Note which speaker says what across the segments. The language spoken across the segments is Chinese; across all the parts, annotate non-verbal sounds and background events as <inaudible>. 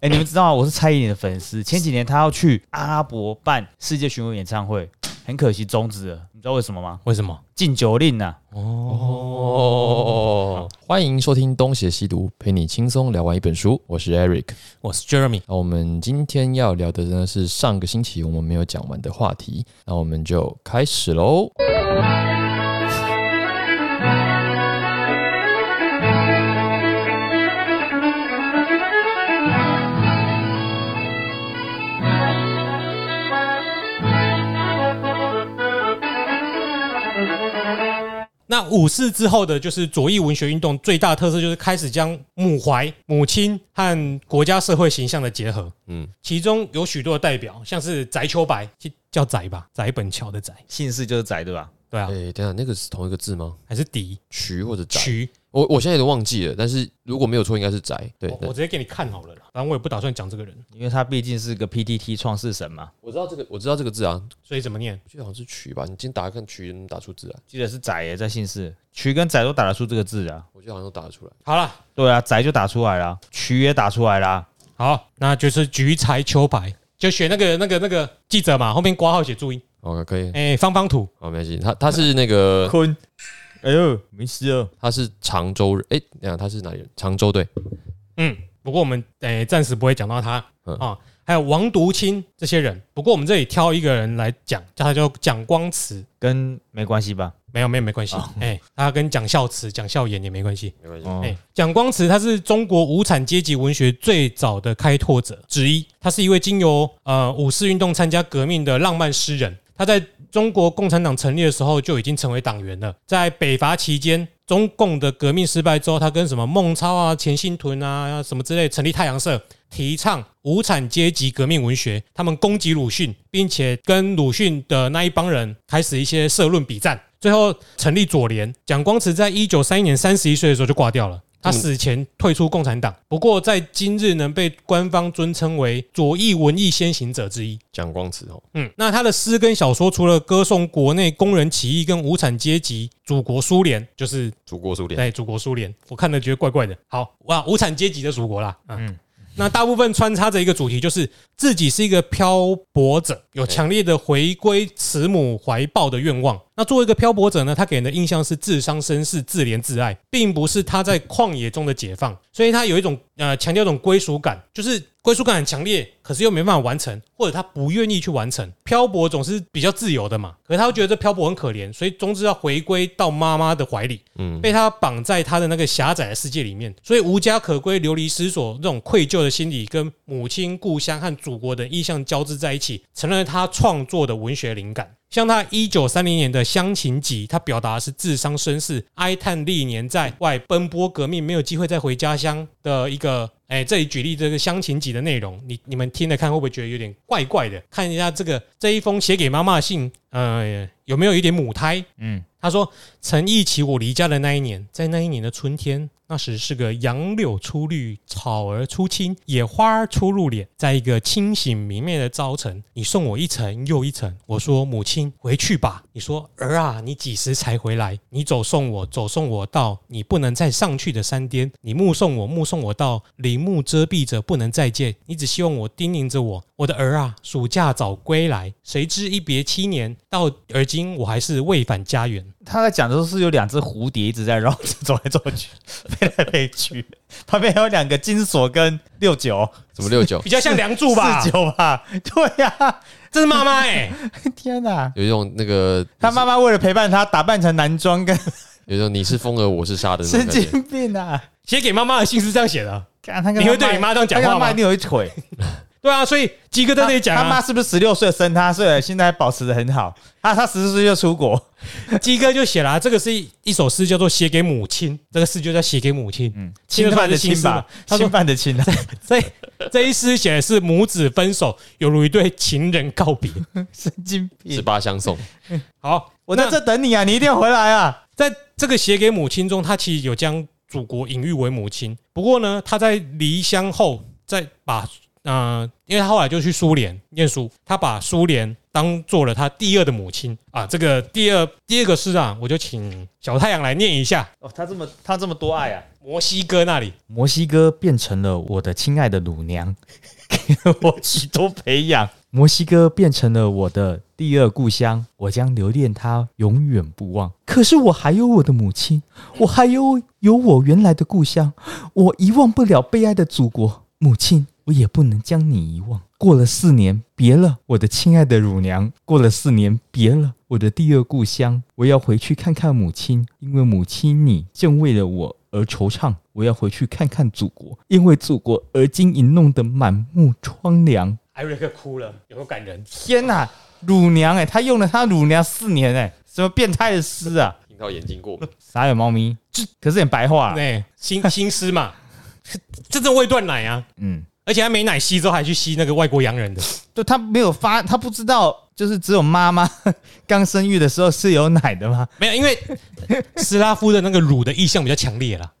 Speaker 1: 哎、你们知道吗我是蔡依林的粉丝，前几年她要去阿拉伯办世界巡回演唱会，很可惜终止了。你知道为什么吗？
Speaker 2: 为什么？
Speaker 1: 禁酒令啊呐、
Speaker 3: 哦，欢迎收听《东邪西毒》，陪你轻松聊完一本书。我是 Eric。
Speaker 2: 我是 Jeremy，
Speaker 3: 那我们今天要聊的呢是上个星期我们没有讲完的话题，那我们就开始喽。
Speaker 2: 那五四之后的就是左翼文学运动最大特色，就是开始将母怀、母亲和国家社会形象的结合。嗯，其中有许多的代表，像是翟秋白，其叫翟吧，翟本桥的翟，
Speaker 1: 姓氏就是宅对吧？
Speaker 2: 对啊，
Speaker 3: 哎，等一下，那个是同一个字吗？
Speaker 2: 还是狄
Speaker 3: 渠或者宅？
Speaker 2: 渠。
Speaker 3: 我我现在都忘记了，但是如果没有错，应该是宅。对，
Speaker 2: 我
Speaker 3: 对
Speaker 2: 哦我直接给你看好了啦，反正我也不打算讲这个人，
Speaker 1: 因为她毕竟是个 PTT 创世神嘛，
Speaker 3: 我知道这个，我知道这个字啊，
Speaker 2: 所以怎么念？
Speaker 3: 我记得好像是渠吧？你今天打看渠能打出字啊来，
Speaker 1: 记得是宅耶、在姓氏，渠跟宅都打得出这个字啊。
Speaker 3: 我记得好像都打得出来。
Speaker 2: 好啦，
Speaker 1: 对啊，宅就打出来啦，渠也打出来啦。
Speaker 2: 好，那就是菊才秋白，就选那个那个那个记者嘛，后面挂号写注音，
Speaker 3: OK，可哦以，
Speaker 2: 哎、方方土，
Speaker 3: 好，没关系。他他是那个 <laughs>
Speaker 1: 坤，哎呦，没事哦。
Speaker 3: 他是常州人，哎、等一下他是哪里人？常州对，
Speaker 2: 嗯，不过我们哎暂、时不会讲到他啊、
Speaker 3: 嗯
Speaker 2: 还有王独清这些人，不过我们这里挑一个人来讲，叫他叫蒋光慈，
Speaker 1: 跟没关系吧？
Speaker 2: 没有没有没关系，哎、他跟蒋孝慈、蒋孝严也没关系，
Speaker 3: 没关系。
Speaker 1: 哦
Speaker 2: 哎、蒋光慈他是中国无产阶级文学最早的开拓者之一，他是一位经由呃五四运动参加革命的浪漫诗人。他在中国共产党成立的时候就已经成为党员了。在北伐期间，中共的革命失败之后，他跟什么孟超啊、钱信屯啊什么之类成立太阳社，提倡无产阶级革命文学。他们攻击鲁迅，并且跟鲁迅的那一帮人开始一些社论比战。最后成立左联，蒋光慈在一九三一年三十一岁的时候就挂掉了。他死前退出共产党，不过在今日呢被官方尊称为左翼文艺先行者之一。
Speaker 3: 蒋光慈哦，
Speaker 2: 嗯，那他的诗跟小说除了歌颂国内工人起义跟无产阶级、祖国苏联，就是
Speaker 3: 祖国苏联。
Speaker 2: 对祖国苏联，我看了觉得怪怪的。好哇，无产阶级的祖国啦，嗯
Speaker 1: 嗯。
Speaker 2: 那大部分穿插着一个主题，就是自己是一个漂泊者，有强烈的回归慈母怀抱的愿望。那作为一个漂泊者呢，他给人的印象是自伤身世、自怜自爱，并不是他在旷野中的解放。所以他有一种呃强调一种归属感，就是归属感很强烈，可是又没办法完成，或者他不愿意去完成。漂泊总是比较自由的嘛，可是他会觉得这漂泊很可怜，所以终之要回归到妈妈的怀里。
Speaker 3: 嗯
Speaker 2: 被他绑在他的那个狭窄的世界里面，所以无家可归、流离失所这种愧疚的心理，跟母亲、故乡和祖国的意象交织在一起，成了他创作的文学灵感。像他一九三零年的《乡情集》，他表达的是智商绅士哀叹历年在外奔波革命，没有机会再回家乡的一个。哎，这里举例这个乡情集的内容，你你们听了看会不会觉得有点怪怪的？看一下这个这一封写给妈妈的信，呃，有没有一点母胎？
Speaker 1: 嗯，
Speaker 2: 他说：“曾忆起我离家的那一年，在那一年的春天，那时是个杨柳初绿，草儿初青，野花儿初入脸。在一个清醒明媚的早晨，你送我一层又一层。我说：‘母亲，回去吧。’你说：‘儿啊，你几时才回来？’你走送我，走送我到你不能再上去的山巅；你目送我，目送我到林木遮蔽着不能再见。你只希望我叮咛着我，我的儿啊，暑假早归来。谁知一别七年，到而今我还是未返家园。”
Speaker 1: 他在讲的时候是有两只蝴蝶一直在绕着走来走去， <laughs> 飞来飞去，旁边还有两个金锁跟六九
Speaker 3: 怎么六九？
Speaker 2: 比较像梁祝吧
Speaker 1: 四？九吧？对呀、
Speaker 2: 这是妈妈哎，
Speaker 1: 天哪、
Speaker 2: <laughs>
Speaker 3: 有一种那个
Speaker 1: 他妈妈为了陪伴他，打扮成男装跟
Speaker 3: 有一种你是风儿，我是沙的那种
Speaker 1: 神
Speaker 3: 感觉。
Speaker 1: 经病啊！
Speaker 2: 写给妈妈的信是这样写的。
Speaker 1: 看他跟他
Speaker 2: 你会对你妈这样讲话
Speaker 1: 他
Speaker 2: 吗
Speaker 1: 跟他妈一定有一腿。
Speaker 2: <laughs> 对啊，所以鸡哥在这里讲
Speaker 1: 他他妈
Speaker 2: 啊，
Speaker 1: 是不是十六岁生他，所以现在保持的很好？他他十四岁就出国，
Speaker 2: 鸡哥就写了啊，这个是一一首诗，叫做《写给母亲》，这个诗就叫写给母亲。
Speaker 1: 嗯，
Speaker 2: 侵
Speaker 1: 侵
Speaker 2: 犯
Speaker 1: 犯
Speaker 2: 的
Speaker 1: 的
Speaker 2: 侵
Speaker 1: 侵吧，
Speaker 2: 他说
Speaker 1: 侵犯的侵啊！
Speaker 2: <laughs> 所以这一诗写的是母子分手，犹如一对情人告别。
Speaker 1: <laughs> 神经
Speaker 3: 十
Speaker 1: 病！
Speaker 3: 八相送，
Speaker 2: 好，
Speaker 1: 我在
Speaker 2: 那
Speaker 1: 这等你啊，你一定要回来啊！
Speaker 2: 在这个写给母亲中，他其实有将祖国隐喻为母亲。不过呢，他在离乡后，再把那因为他后来就去苏联念书，他把苏联当做了他第二的母亲啊。这个第二第二个诗啊，我就请小太阳来念一下。
Speaker 1: 哦，他这么他这么多爱啊！
Speaker 2: 摩西哥那里，
Speaker 1: 摩西哥变成了我的亲爱的乳娘， <laughs> 给了我许多培养。摩西哥变成了我的第二故乡，我将留恋它，永远不忘。可是我还有我的母亲，我还有有我原来的故乡，我遗忘不了悲哀的祖国。母亲，我也不能将你遗忘。过了四年，别了，我的亲爱的乳娘。过了四年，别了，我的第二故乡。我要回去看看母亲，因为母亲你正为了我而惆怅。我要回去看看祖国，因为祖国而今已弄得满目疮痍。
Speaker 2: 艾瑞克哭了，哎有没有感人？
Speaker 1: 天哪、乳娘哎、他用了他乳娘四年哎、什么变态的诗啊！
Speaker 3: 听到眼睛
Speaker 1: <laughs>
Speaker 3: 过敏，
Speaker 1: 傻眼猫咪，可是很白话、啊，
Speaker 2: 对，新新诗嘛，这真喂断奶啊！
Speaker 1: 嗯，
Speaker 2: 而且他没奶吸之后，还去吸那个外国洋人的。
Speaker 1: 对他没有发，他不知道，就是只有妈妈 <laughs> 刚生育的时候是有奶的吗？ <laughs>
Speaker 2: 没有，因为斯拉夫的那个乳的意象比较强烈啦。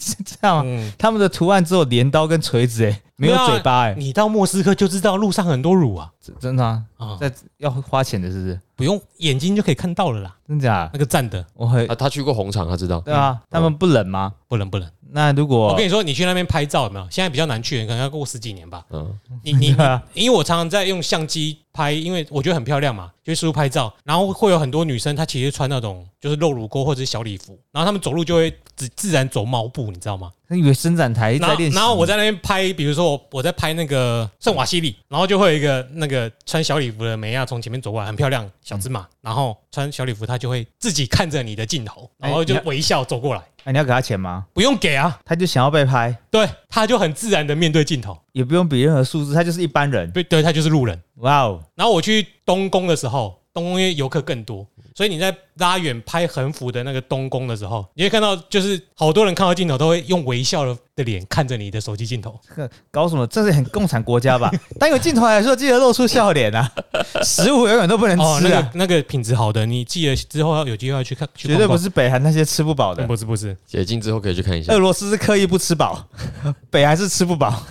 Speaker 1: 是这样吗？
Speaker 2: 嗯，
Speaker 1: 他们的图案只有镰刀跟锤子哎、没有嘴巴哎、
Speaker 2: 你到莫斯科就知道路上很多乳啊，
Speaker 1: 真真的啊，
Speaker 2: 啊，
Speaker 1: 在要花钱的是不是？
Speaker 2: 不用眼睛就可以看到了啦。
Speaker 1: 真假？
Speaker 2: 那个站的
Speaker 1: 我很
Speaker 3: 他啊他去过红场，他知道。
Speaker 1: 对啊，他们不冷吗？
Speaker 2: 不能不能，
Speaker 1: 那如
Speaker 2: 嗯我
Speaker 1: 果
Speaker 2: 跟你说，你去那边拍照有没有？现在比较难去，可能要过十几年吧。
Speaker 3: 嗯，
Speaker 2: 你 <laughs> 你
Speaker 1: 对啊
Speaker 2: 因为我常常在用相机拍，因为我觉得很漂亮嘛，就去输入拍照，然后会有很多女生她其实穿那种就是露乳沟或者是小礼服，然后她们走路就会自自然走猫步，你知道吗？
Speaker 1: 他以为伸展台
Speaker 2: 然
Speaker 1: 在
Speaker 2: 后
Speaker 1: 练习，
Speaker 2: 然后我在那边拍，比如说我我在拍那个圣瓦西里，然后就会有一个那个穿小礼服的美亚从前面走过来，很漂亮，小芝麻，然后穿小礼服她就会自己看着你的镜头，然后就
Speaker 1: 哎你
Speaker 2: 微笑走过来，
Speaker 1: 哎你要给他钱吗？
Speaker 2: 不用给啊，
Speaker 1: 他就想要被拍，
Speaker 2: 对，她就很自然的面对镜头，
Speaker 1: 也不用比任何数字，他就是一般人。
Speaker 2: 对对，她就是路人。
Speaker 1: 哇哦，
Speaker 2: 然后我去东宫的时候，东宫因为游客更多，所以你在拉远拍横幅的那个东宫的时候，你会看到就是好多人看到镜头都会用微笑的的脸看着你的手机镜头。
Speaker 1: 呵搞什么？这是很共产国家吧？ <laughs> 当有镜头来的时候，记得露出笑脸啊！ <laughs> 食物永远都不能
Speaker 2: 哦，
Speaker 1: 吃
Speaker 2: 那
Speaker 1: 啊，
Speaker 2: 个那个品质好的，你记得之后要有机会要去看，去
Speaker 1: 绝对不嗯
Speaker 2: 逛
Speaker 1: 是北韩那些吃不饱
Speaker 2: 逛。
Speaker 1: 的。
Speaker 2: 不是不是，
Speaker 3: 解禁之后可以去看一下
Speaker 1: 俄。罗斯是刻意不吃饱， <laughs> 北韩是吃不饱。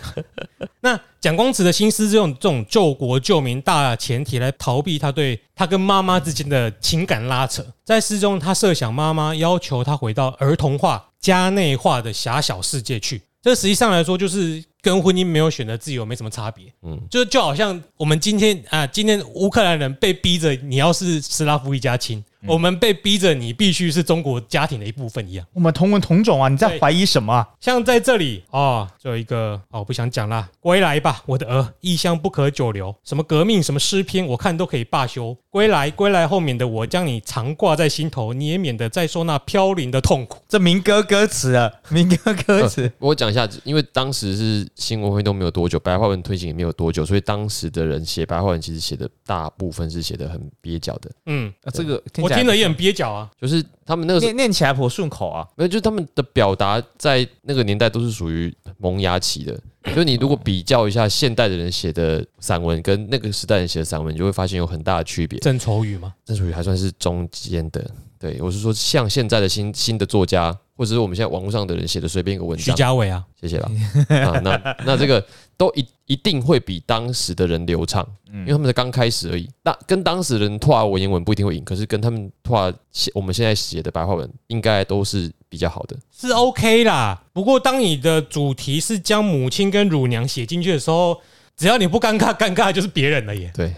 Speaker 2: 那蒋公祠的心思这种这种救国救民大前提来逃避他对他跟妈妈之间的情感拉扯，在诗中他设想妈妈要求他回到儿童化、家内化的狭小世界去，这实际上来说就是跟婚姻没有选择自由没什么差别。
Speaker 3: 嗯，
Speaker 2: 就就好像我们今天啊，今天乌克兰人被逼着你要是斯拉夫一家亲，
Speaker 1: 嗯
Speaker 2: 我们被逼着你必须是中国家庭的一部分一样。
Speaker 1: 我们同文同种啊，你在怀疑什么、啊？
Speaker 2: 像在这里哦，就有一个哦，我不想讲啦，归来吧，我的儿，异乡不可久留。什么革命，什么诗篇，我看都可以罢休。归来，归来后面的我将你常挂在心头，你也免得再受那飘零的痛苦。
Speaker 1: 这民歌歌词啊， <laughs> 民歌歌词。
Speaker 3: 我讲一下，因为当时是新文运动没有多久，白话文推行也没有多久，所以当时的人写白话文其实写的大部分是写的很蹩脚的，
Speaker 2: 嗯，
Speaker 1: 啊这个
Speaker 2: 我
Speaker 1: 起来
Speaker 2: 听了也很憋脚啊。
Speaker 3: 就是他们那个时候
Speaker 1: 念念起来颇顺口啊。
Speaker 3: 没有，就是他们的表达在那个年代都是属于萌芽期的。就是你如果比较一下现代的人写的散文跟那个时代人写的散文，你就会发现有很大的区别。
Speaker 2: 郑愁予嘛，
Speaker 3: 这属于还算是中间的。对我是说，像现在的新新的作家，或者是我们现在网络上的人写的随便一个文
Speaker 2: 徐
Speaker 3: 章，
Speaker 2: 家伟啊，
Speaker 3: 谢谢啦。啊，那那这个都一一定会比当时的人流畅，因为他们才刚开始而已。那跟当时人拓文言文不一定会赢，可是跟他们拓写我们现在写的白话文，应该都是比较好的。
Speaker 2: 是 OK 啦。不过当你的主题是将母亲跟乳娘写进去的时候，只要你不尴尬，尴尬就是别人了耶。
Speaker 3: 对，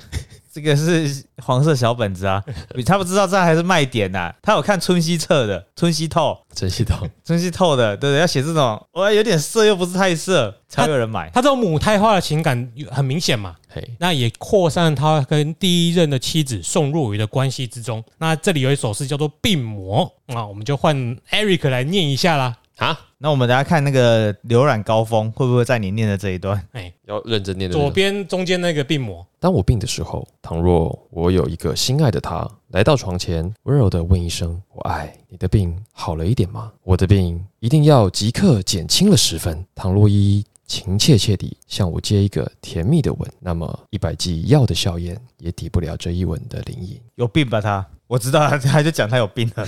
Speaker 1: 这个是黄色小本子啊，他不知道这还是卖点呐、他有看春熙测的，春熙透，
Speaker 3: 真系统。
Speaker 1: 春熙透的，对不对？要写这种，我有点色又不是太色，才会有人买。
Speaker 2: 他这种母胎化的情感很明显嘛，
Speaker 3: 嘿，
Speaker 2: 那也扩散他跟第一任的妻子宋若雨的关系之中。那这里有一首诗叫做《病魔》啊，我们就换 Eric 来念一下啦。
Speaker 3: 啊，
Speaker 1: 那我们等下看那个浏览高峰会不会在你念的这一段？
Speaker 2: 哎，
Speaker 3: 要认真念的。
Speaker 2: 左边中间那个病魔，
Speaker 3: 当我病的时候，倘若我有一个心爱的他来到床前，温柔地问一声：“我爱你的病好了一点吗？”我的病一定要即刻减轻了十分。倘若依依情切切地向我接一个甜蜜的吻，那么一百剂药的硝烟也抵不了这一吻的灵隐。
Speaker 1: 有病吧他？ <laughs> 我知道他，他就讲他有病了，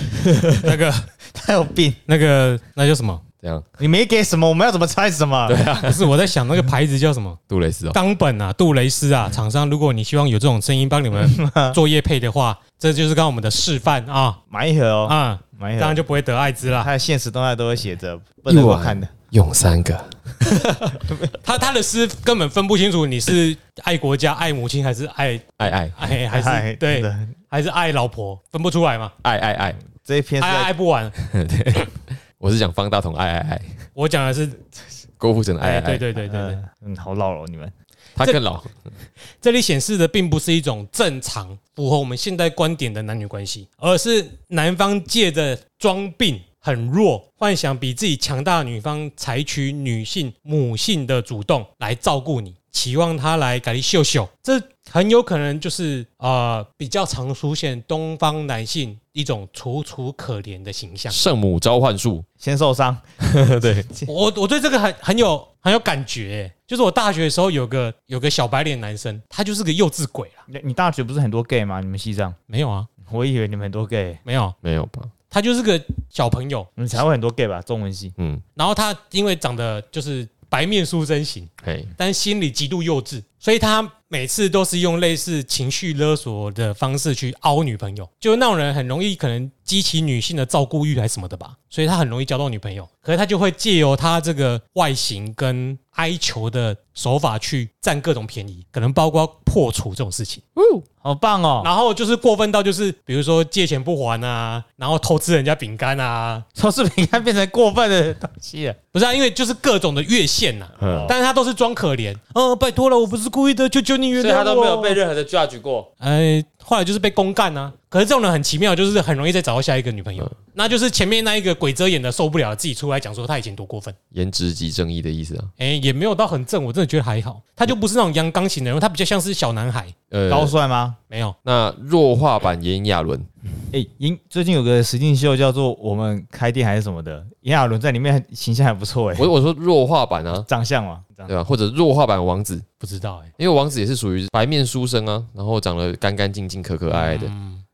Speaker 2: 那个 <laughs>
Speaker 1: 他有病。
Speaker 2: 那个那叫什么？
Speaker 3: 这样
Speaker 1: 你没给什么，我们要怎么猜什么？对啊，
Speaker 2: 不是我在想那个牌子叫什么？
Speaker 3: 杜蕾斯哦，
Speaker 2: 冈本啊，杜蕾斯啊，厂商，如果你希望有这种声音帮你们做业配的话， <laughs> 这就是刚刚我们的示范啊
Speaker 1: 买一盒哦，
Speaker 2: 啊，
Speaker 1: 买一
Speaker 2: 当
Speaker 1: 盒
Speaker 2: 然。就不会得艾滋啦。
Speaker 1: 他的现实动态都会写着不能我看的，
Speaker 3: 用三个，
Speaker 2: 他他的诗根本分不清楚你是爱国家、爱母亲还是爱
Speaker 3: 爱爱
Speaker 2: 爱还
Speaker 1: <laughs> 哎
Speaker 2: 是
Speaker 1: 真
Speaker 2: 对
Speaker 1: 的
Speaker 2: 还是爱老婆，分不出来嘛，
Speaker 3: 爱爱 <laughs> 爱，
Speaker 1: 这一篇是
Speaker 2: 爱爱
Speaker 1: 在
Speaker 2: 爱不完。
Speaker 3: 对，我是讲方大同爱爱爱，
Speaker 2: 我讲的是
Speaker 3: 郭富城爱爱
Speaker 2: 哎，
Speaker 3: 爱
Speaker 2: 对，对对对对，
Speaker 1: 呃嗯，好老了你们，
Speaker 3: 他更老，
Speaker 2: 这里显示的并不是一种正常符合我们现代观点的男女关系，而是男方借着装病很弱，幻想比自己强大的女方采取女性母性的主动来照顾你，期望她来给你秀秀。这很有可能就是呃比较常出现东方男性一种楚楚可怜的形象。
Speaker 3: 圣母召唤术，
Speaker 1: 先受伤， <laughs>
Speaker 3: 对，
Speaker 2: 我我对这个很很有很有感觉欸、就是我大学的时候有个有个小白脸男生，他就是个幼稚鬼啦。
Speaker 1: 你你大学不是很多 gay 吗？你们西藏，
Speaker 2: 没有啊，
Speaker 1: 我以为你们很多 gay，
Speaker 2: 没有。
Speaker 3: 没有吧？
Speaker 2: 他就是个小朋友，
Speaker 1: 你们才会很多 gay 吧？中文系
Speaker 3: 嗯，
Speaker 2: 然后他因为长得就是白面书生型，
Speaker 3: 嘿，
Speaker 2: 但心里极度幼稚，所以他每次都是用类似情绪勒索的方式去凹女朋友，就那种人很容易可能激起女性的照顾欲还是什么的吧，所以他很容易交到女朋友，可是他就会借由他这个外形跟哀求的手法去占各种便宜，可能包括破除这种事情。
Speaker 1: 好棒哦，
Speaker 2: 然后就是过分到就是比如说借钱不还啊，然后偷吃人家饼干啊，
Speaker 1: 超视频看变成过分的东西 <laughs> 了，
Speaker 2: 不是啊，因为就是各种的越线呐、
Speaker 3: 嗯
Speaker 2: 但是他都是装可怜，嗯，拜托了，我不是故意的，求求你原谅我。
Speaker 3: 任何的 judge 过，
Speaker 2: 哎，后来就是被公干啊。可是这种人很奇妙，就是很容易再找到下一个女朋
Speaker 3: 嗯
Speaker 2: 友。那就是前面那一个鬼遮眼的受不了，自己出来讲说他以前多过分。
Speaker 3: 颜值即正义的意思啊，
Speaker 2: 哎，也没有到很正，我真的觉得还好。他就不是那种阳刚型的人，他比较像是小男孩。
Speaker 3: 呃，
Speaker 1: 高帅吗？
Speaker 2: 没有，
Speaker 3: 那弱化版炎亚纶，
Speaker 1: 哎，银最近有个实境秀叫做《我们开店》还是什么的，炎亚纶在里面形象还不错哎，
Speaker 3: 我我说弱化版啊，
Speaker 1: 长相嘛，长
Speaker 3: 对吧？或者弱化版王子，
Speaker 2: 不知道哎、
Speaker 3: 因为王子也是属于白面书生啊，然后长得干干净净、可可爱爱的。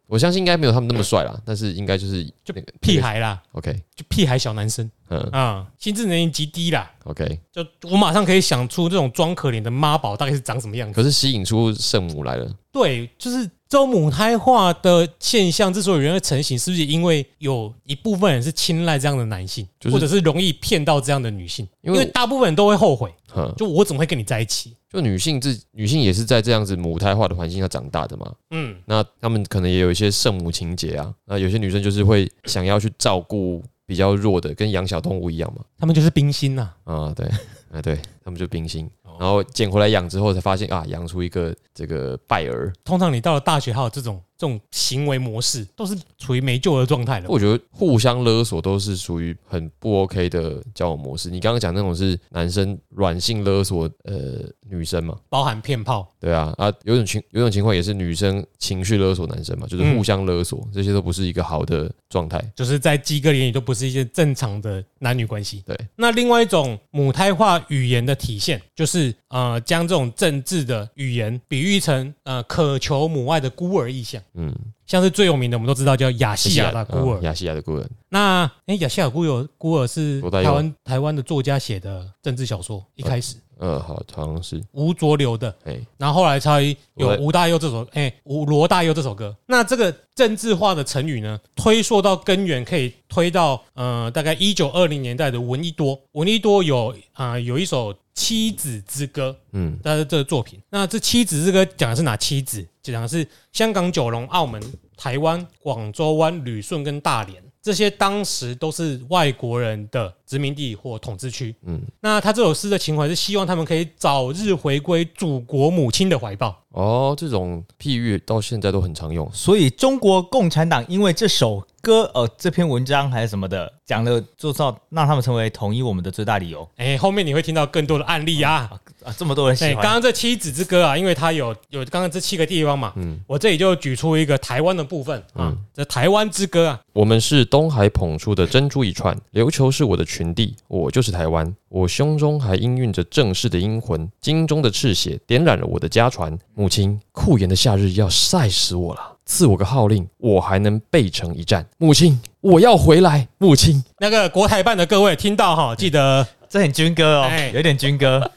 Speaker 3: 我相信应该没有他们那么帅啦，但是应该就是
Speaker 2: 就
Speaker 3: 那个
Speaker 2: 屁。孩啦，
Speaker 3: 那个 OK，
Speaker 2: 就屁孩小男生
Speaker 3: 嗯
Speaker 2: 啊、心智能力极低啦。
Speaker 3: ，OK。
Speaker 2: 就我马上可以想出这种装可怜的妈宝大概是长什么样子。
Speaker 3: 可是吸引出圣母来了，
Speaker 2: 对，就是周母胎化的现象之所以人会成型，是不是因为有一部分人是青睐这样的男性，
Speaker 3: 就是
Speaker 2: 或者是容易骗到这样的女性？
Speaker 3: 因
Speaker 2: 因
Speaker 3: 为
Speaker 2: 为大部分人都会后悔，
Speaker 3: 嗯，
Speaker 2: 就我怎么会跟你在一起？
Speaker 3: 就女性自女性也是在这样子母胎化的环境下长大的嘛。
Speaker 2: 嗯，
Speaker 3: 那他们可能也有一些圣母情节啊。那有些女生就是会想要去照顾比较弱的，跟养小动物一样嘛。
Speaker 2: 他们就是冰心呐、
Speaker 3: 啊，对， <laughs> 啊对，他们就冰心，
Speaker 2: 哦
Speaker 3: 然后捡回来养之后才发现啊，养出一个这个拜儿。
Speaker 2: 通常你到了大学，还有这种这种行为模式，都是处于没救的状态了。
Speaker 3: 我觉得互相勒索都是属于很不 OK 的交往模式。你刚刚讲那种是男生软性勒索呃女生嘛？
Speaker 2: 包含骗炮，
Speaker 3: 对啊啊，有种情有种情况也是女生情绪勒索男生嘛，就是
Speaker 2: 嗯
Speaker 3: 互相勒索，这些都不是一个好的状态。
Speaker 2: 就是在鸡哥眼里都不是一件正常的男女关系。
Speaker 3: 对，
Speaker 2: 那另外一种母胎化语言的体现，就是呃，将这种政治的语言比喻成呃渴求母爱的孤儿意象，
Speaker 3: 嗯，
Speaker 2: 像是最有名的，我们都知道叫亚细亚的孤
Speaker 3: 嗯
Speaker 2: 儿。
Speaker 3: 亚细亚的孤儿，
Speaker 2: 那诶，亚细亚孤儿孤儿是
Speaker 3: 罗大佑
Speaker 2: 台湾台湾的作家写的政治小说，一开始
Speaker 3: 嗯，好，好像是，
Speaker 2: 吴浊流的，
Speaker 3: 哎，
Speaker 2: 然后后来才有
Speaker 3: 罗
Speaker 2: 吴大佑这首，哎、吴罗大佑这首歌。那这个政治化的成语呢，推溯到根源可以推到呃，大概一九二零年代的闻一多。闻一多有啊、呃有一首《妻子之歌》，
Speaker 3: 嗯，
Speaker 2: 但是这个作品，那这妻子这个讲的是哪妻子？讲的是香港、九龙、澳门、台湾、广州湾、旅顺跟大连这些当时都是外国人的殖民地或统治区。
Speaker 3: 嗯
Speaker 2: 嗯，那他这首诗的情怀是希望他们可以早日回归祖国母亲的怀抱。
Speaker 3: 哦，这种譬喻到现在都很常用，
Speaker 1: 所以中国共产党因为这首歌，呃，这篇文章还是什么的，讲了做到让他们成为统一我们的最大理由
Speaker 2: 哎、后面你会听到更多的案例啊。
Speaker 1: 啊！这么多人
Speaker 2: 哎、
Speaker 1: 喜
Speaker 2: 刚
Speaker 1: 欢，
Speaker 2: 刚这妻子之歌啊，因为它有有刚刚这七个地方嘛，
Speaker 3: 嗯。
Speaker 2: 我这里就举出一个台湾的部分啊，
Speaker 3: 嗯
Speaker 2: 这台湾之歌啊，
Speaker 3: 我们是东海捧出的珍珠一串，琉球是我的群地，我就是台湾。我胸中还氤氲着正式的英魂，金钟的赤血点染了我的家传。母亲，酷炎的夏日要晒死我了，赐我个号令，我还能背城一战。母亲，我要回来，母亲。
Speaker 2: 那个国台办的各位听到哈，记得
Speaker 1: 这很军歌哦
Speaker 2: 哎，
Speaker 1: 有点军歌。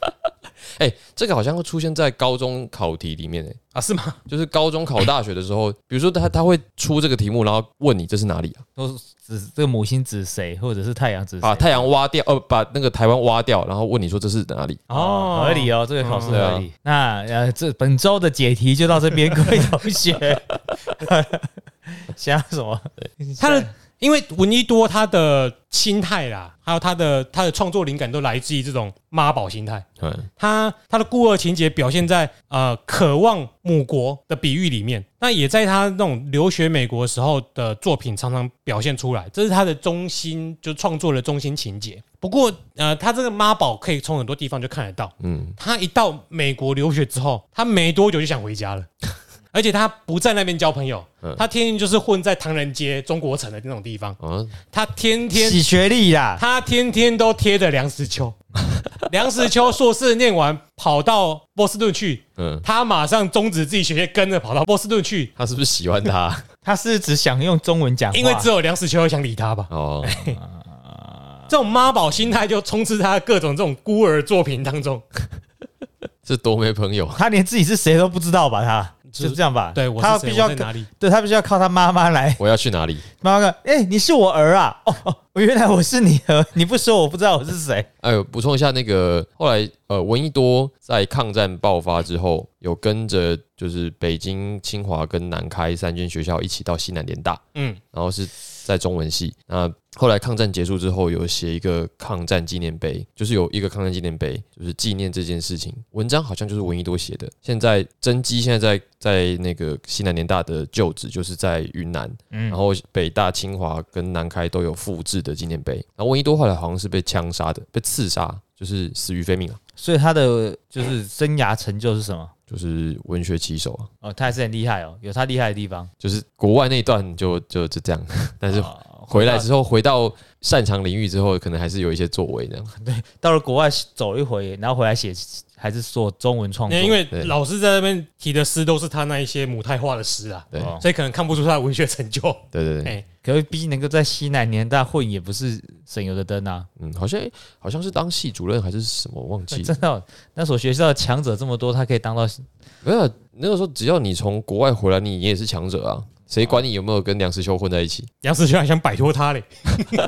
Speaker 3: 哎、这个好像会出现在高中考题里面、哎，
Speaker 2: 啊，是吗？
Speaker 3: 就是高中考大学的时候，比如说他他会出这个题目，然后问你这是哪里啊？
Speaker 1: 都是指这个母星指谁，或者是太阳指谁
Speaker 2: 啊
Speaker 3: 把？太阳挖掉，呃，把那个台湾挖掉，然后问你说这是哪里？
Speaker 1: 哦，合理哦，这个考试
Speaker 3: 嗯对啊
Speaker 1: 合理。那呃，这本周的解题就到这边，各位同学。 <laughs> 想要什么？
Speaker 2: 他的因为闻一多他的心态啦，还有他的他的创作灵感都来自于这种妈宝心态。
Speaker 3: 嗯，
Speaker 2: 他他的孤儿情节表现在呃渴望母国的比喻里面，那也在他那种留学美国时候的作品常常表现出来，这是他的中心，就创作的中心情节。不过呃，他这个妈宝可以从很多地方就看得到。
Speaker 3: 嗯，
Speaker 2: 他一到美国留学之后，他没多久就想回家 <laughs> 了，而且他不在那边交朋友
Speaker 3: 嗯，
Speaker 2: 他天天就是混在唐人街、中国城的那种地方，
Speaker 3: 啊，
Speaker 2: 他天天
Speaker 1: 洗学历啦，
Speaker 2: 他天天都贴着梁实 <laughs> 秋，梁实秋硕士念完跑到波士顿去，
Speaker 3: 嗯，
Speaker 2: 他马上终止自己学业，跟着跑到波士顿去，
Speaker 3: 他是不是喜欢他？
Speaker 1: 他是只想用中文讲话，
Speaker 2: 因为只有梁实秋会想理他吧。
Speaker 3: 哦，
Speaker 2: 这种妈宝心态就充斥他各种这种孤儿作品当中。
Speaker 3: 这多没朋友。
Speaker 1: 他连自己是谁都不知道吧？他
Speaker 2: 就是
Speaker 1: 就这样吧？
Speaker 2: 对我
Speaker 1: 他
Speaker 2: 是谁
Speaker 1: 必须
Speaker 2: 我
Speaker 1: 要
Speaker 2: 在
Speaker 1: 跟
Speaker 2: 哪里？
Speaker 1: 对他必须要靠他妈妈来， <laughs>
Speaker 3: 我要去哪里？
Speaker 1: 妈妈说：“哎、你是我儿啊！ <laughs> 哦，哦原来我是你儿， <laughs> 你不说我不知道我是谁。
Speaker 3: 哎呦，补充一下，那个后来呃，闻一多在抗战爆发之后，有跟着就是北京、清华跟南开三间学校一起到西南联大，
Speaker 2: 嗯，
Speaker 3: 然后是在中文系。那后来抗战结束之后，有写一个抗战纪念碑，就是有一个抗战纪念碑，就是纪念这件事情。文章好像就是闻一多写的。现在甄姬现在在在那个西南联大的旧址，就是在云南。然后北大、清华跟南开都有复制的纪念碑。然后闻一多后来好像是被枪杀的，被刺杀，就是死于非命啊，
Speaker 1: 所以他的就是生涯成就是什么？
Speaker 3: 就是文学旗手啊，
Speaker 1: 哦，他还是很厉害哦，有他厉害的地方。
Speaker 3: 就是国外那一段就就就这样， <laughs> 但是。
Speaker 1: 哦
Speaker 3: 回来之后，回到擅长领域之后，可能还是有一些作为这样。
Speaker 1: 到了国外走一回，然后回来写还是做中文创作，
Speaker 2: 那因为
Speaker 3: 对
Speaker 2: 老师在那边提的诗都是他那一些母胎化的诗啊，
Speaker 3: 对
Speaker 1: 哦
Speaker 2: 所以可能看不出他的文学成就。 <laughs>
Speaker 3: 对对对，
Speaker 2: 哎
Speaker 1: 可是毕竟能够在西南年代混也不是省油的灯啊！
Speaker 3: 嗯，好像好像是当系主任还是什么，忘记了。
Speaker 1: 真的哦、那所学校的强者这么多，他可以当到
Speaker 3: 没有，那个时候只要你从国外回来，你也是强者啊，谁管你有没有跟梁实秋混在一起？
Speaker 2: 杨思轩还想摆脱他嘞， <laughs>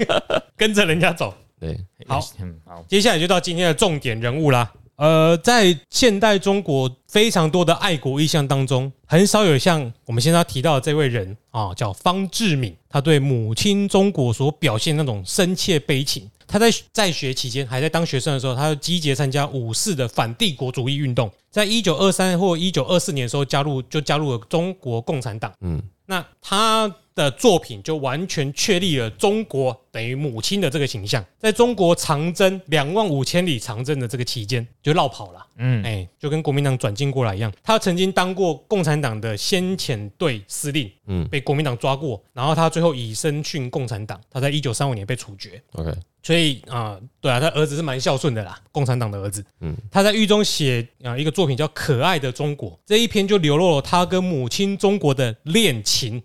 Speaker 2: 跟着人家走。
Speaker 3: 对，
Speaker 2: 好，
Speaker 1: 嗯，好，
Speaker 2: 接下来就到今天的重点人物啦。呃，在现代中国非常多的爱国意象当中，很少有像我们现在要提到的这位人啊、叫方志敏，他对母亲中国所表现那种深切悲情。他在在学期间，还在当学生的时候，他就积极参加五四的反帝国主义运动，在一九二三或一九二四年的时候加入，就加入了中国共产党。
Speaker 3: 嗯，
Speaker 2: 那他的作品就完全确立了中国等于母亲的这个形象，在中国长征两万五千里长征的这个期间就绕跑了，
Speaker 1: 嗯
Speaker 2: 哎、就跟国民党转进过来一样。他曾经当过共产党的先遣队司令，
Speaker 3: 嗯
Speaker 2: 被国民党抓过，然后他最后以身殉共产党，他在一九三五年被处决。
Speaker 3: ，OK，
Speaker 2: 所以啊、呃对啊，他儿子是蛮孝顺的啦，共产党的儿子。
Speaker 3: 嗯
Speaker 2: 嗯，他在狱中写啊、呃一个作品叫《可爱的中国》，这一篇就流露了他跟母亲中国的恋情。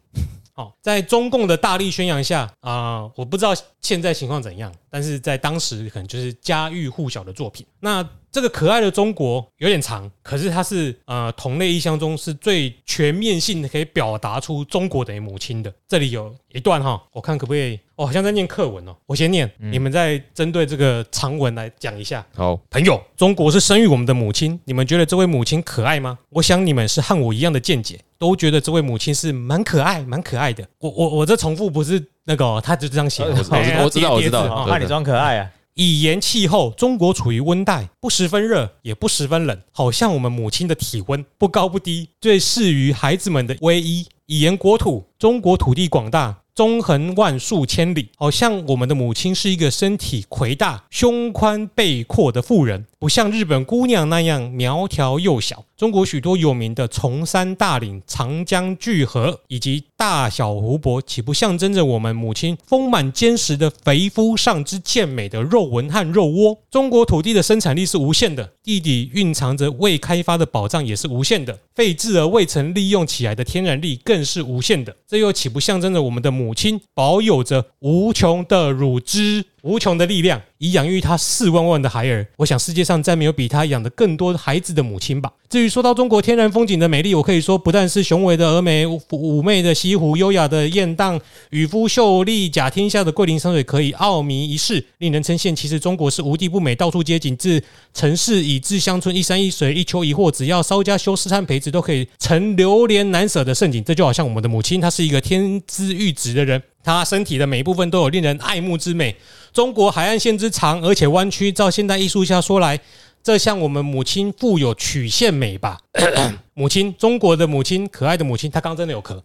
Speaker 2: 哦，在中共的大力宣扬下啊、我不知道现在情况怎样，但是在当时可能就是家喻户晓的作品。那这个可爱的中国有点长，可是它是呃同类意象中是最全面性的，可以表达出中国等于母亲的。这里有一段哈，我看可不可以？哦，好像在念课文哦，我先念，你们再针对这个长文来讲一下。
Speaker 3: 好，
Speaker 2: 朋友，中国是生育我们的母亲，你们觉得这位母亲可爱吗？我想你们是和我一样的见解，都觉得这位母亲是蛮可爱、蛮可爱的。我我我这重复不是那个哦，他就这样写的，
Speaker 3: 我知道
Speaker 2: 哎呀
Speaker 3: 我知道我
Speaker 2: 叠
Speaker 3: 知道
Speaker 2: 字
Speaker 3: 哦
Speaker 2: 哦
Speaker 1: 哦，怕你装可爱啊！
Speaker 2: 以言气候，中国处于温带，不十分热，也不十分冷，好像我们母亲的体温不高不低，最适于孩子们的偎依。以言国土，中国土地广大，纵横万数千里，好像我们的母亲是一个身体魁大、胸宽背阔的妇人，不像日本姑娘那样苗条幼小。中国许多有名的崇山大岭、长江巨河以及大小湖泊，岂不象征着我们母亲丰满坚实的肥肤上之健美的肉纹和肉窝？中国土地的生产力是无限的，地底蕴藏着未开发的宝藏也是无限的，废置而未曾利用起来的天然力更是无限的。这又岂不象征着我们的母亲保有着无穷的乳汁？无穷的力量，以养育他四万万的孩儿。我想世界上再没有比他养的更多孩子的母亲吧。至于说到中国天然风景的美丽，我可以说不但是雄伟的峨眉、妩妩媚的西湖、优雅的雁荡、渔夫秀丽、甲天下的桂林山水可以傲靡一世，令人称羡。其实中国是无地不美，到处皆景，自城市以至乡村，一山一水一丘一壑，只要稍加修饰和培植，都可以成流连难舍的盛景。这就好像我们的母亲，她是一个天资玉植的人，她身体的每一部分都有令人爱慕之美。中国海岸线之长，而且弯曲，照现代艺术家说来，这像我们母亲富有曲线美吧。母亲，中国的母亲，可爱的母亲，她刚真的有咳。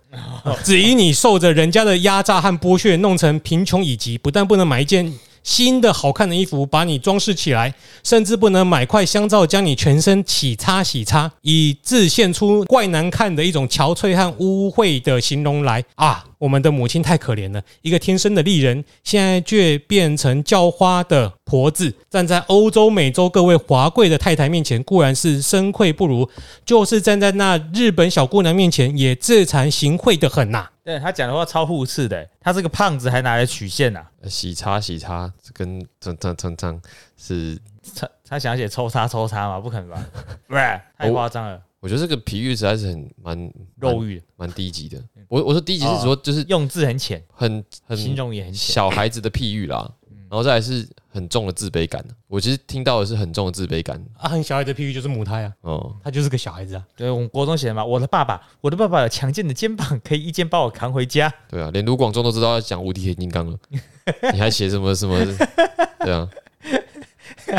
Speaker 2: 只因你受着人家的压榨和剥削，弄成贫穷以及，不但不能买一件新的好看的衣服把你装饰起来，甚至不能买块香皂将你全身洗擦洗擦，以致现出怪难看的一种憔悴和污秽的形容来啊！我们的母亲太可怜了，一个天生的丽人，现在却变成叫花的婆子，站在欧洲、美洲各位华贵的太太面前，固然是身愧不如，就是站在那日本小姑娘面前，也自惭形秽的很呐、
Speaker 1: 对他讲的话超互斥的、欸他这个胖子还拿来曲线呐、啊，
Speaker 3: 呃洗擦洗擦，这跟蹭蹭蹭蹭是，
Speaker 1: 他他想写抽插抽插嘛，不可能吧？不是
Speaker 3: 哦
Speaker 1: 太夸张了，
Speaker 3: 我觉得这个比喻实在是很蛮
Speaker 1: 肉欲
Speaker 3: 蛮低级的。我我说低级是说就是
Speaker 1: 用字很浅，
Speaker 3: 很很
Speaker 1: 形容也很浅。
Speaker 3: 小孩子的譬喻啦，然后再来是很重的自卑感。我其实听到的是很重的自卑感。
Speaker 2: 啊，很小孩的譬喻就是母胎啊，
Speaker 3: 哦，
Speaker 2: 她就是个小孩子啊。
Speaker 1: 对，我们国中写的嘛，我的爸爸，我的爸爸有强健的肩膀，可以一肩把我扛回家。
Speaker 3: 对啊，连卢广仲都知道要讲无敌铁金刚了，你还写什么什么？对啊，对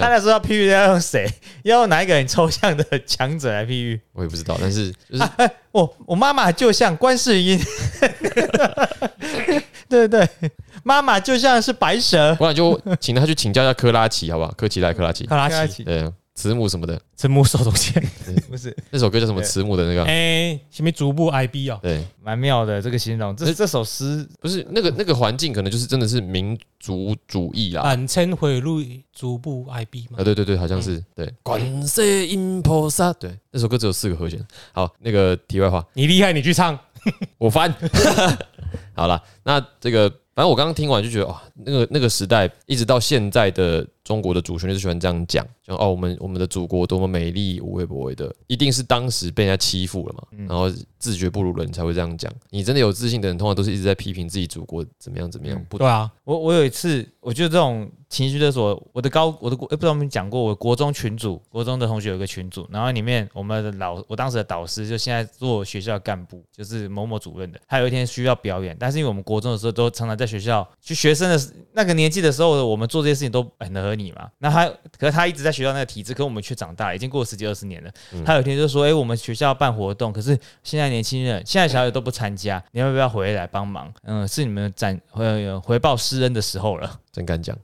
Speaker 1: 他那时候要譬喻要用谁，要用哪一个很抽象的强者来譬喻？
Speaker 3: 我也不知道，但是就是
Speaker 1: 我我妈妈就像观世音， <laughs> 对对，妈妈就像是白蛇。
Speaker 3: 不然就请他去请教一下科拉奇，好不好？科奇莱科拉奇，
Speaker 2: 克拉
Speaker 1: 阿
Speaker 2: 奇，
Speaker 1: 奇
Speaker 3: <laughs> 对啊，慈母什么的，
Speaker 2: 真木手中线，
Speaker 1: 不是
Speaker 3: 那首歌叫什么？
Speaker 1: 对
Speaker 3: 慈母的那个啊，
Speaker 2: 哎，前面逐步 IB 哦，
Speaker 3: 对，
Speaker 1: 蛮妙的这个形容，这这首诗
Speaker 3: 不是那个那个环境，可能就是真的是民族主义
Speaker 1: 啊
Speaker 3: 啦。
Speaker 2: 满称回路逐步 IB 嘛
Speaker 1: 呃
Speaker 3: 啊，。对对对，好像是对。观世音菩萨，对，那首歌只有四个和弦。好，那个题外话，
Speaker 2: 你厉害，你去唱。
Speaker 3: 我翻。 <laughs> 好了，那这个反正我刚刚听完就觉得，哇，那个那个时代一直到现在的中国的主旋律就喜欢这样讲，就哦，我们我们的祖国多么美丽，无微不为的，一定是当时被人家欺负了嘛，
Speaker 2: 嗯
Speaker 3: 然后自觉不如人才会这样讲。你真的有自信的人，通常都是一直在批评自己祖国怎么样怎么样
Speaker 1: 嗯，
Speaker 3: 不
Speaker 2: 对啊，
Speaker 1: 我我有一次，我觉得这种情绪勒索，我的高我的国、诶不知道我们讲过，我国中群组，国中的同学有一个群组，然后里面我们的老我当时的导师就现在做学校干部，就是某某主任的，他有一天需要表演，但是因为我们国中的时候都常常在学校，就学生的那个年纪的时候，我们做这些事情都很合理嘛。那他可是他一直在学校那个体制，可我们却长大了，已经过了十几二十年了。他有一天就说：“哎、我们学校办活动，可是现在年轻人，现在小孩都不参加，
Speaker 3: 嗯
Speaker 1: 你要不要回来帮忙？嗯，是你们展呃回报师恩的时候了。” <laughs>
Speaker 3: 真敢讲。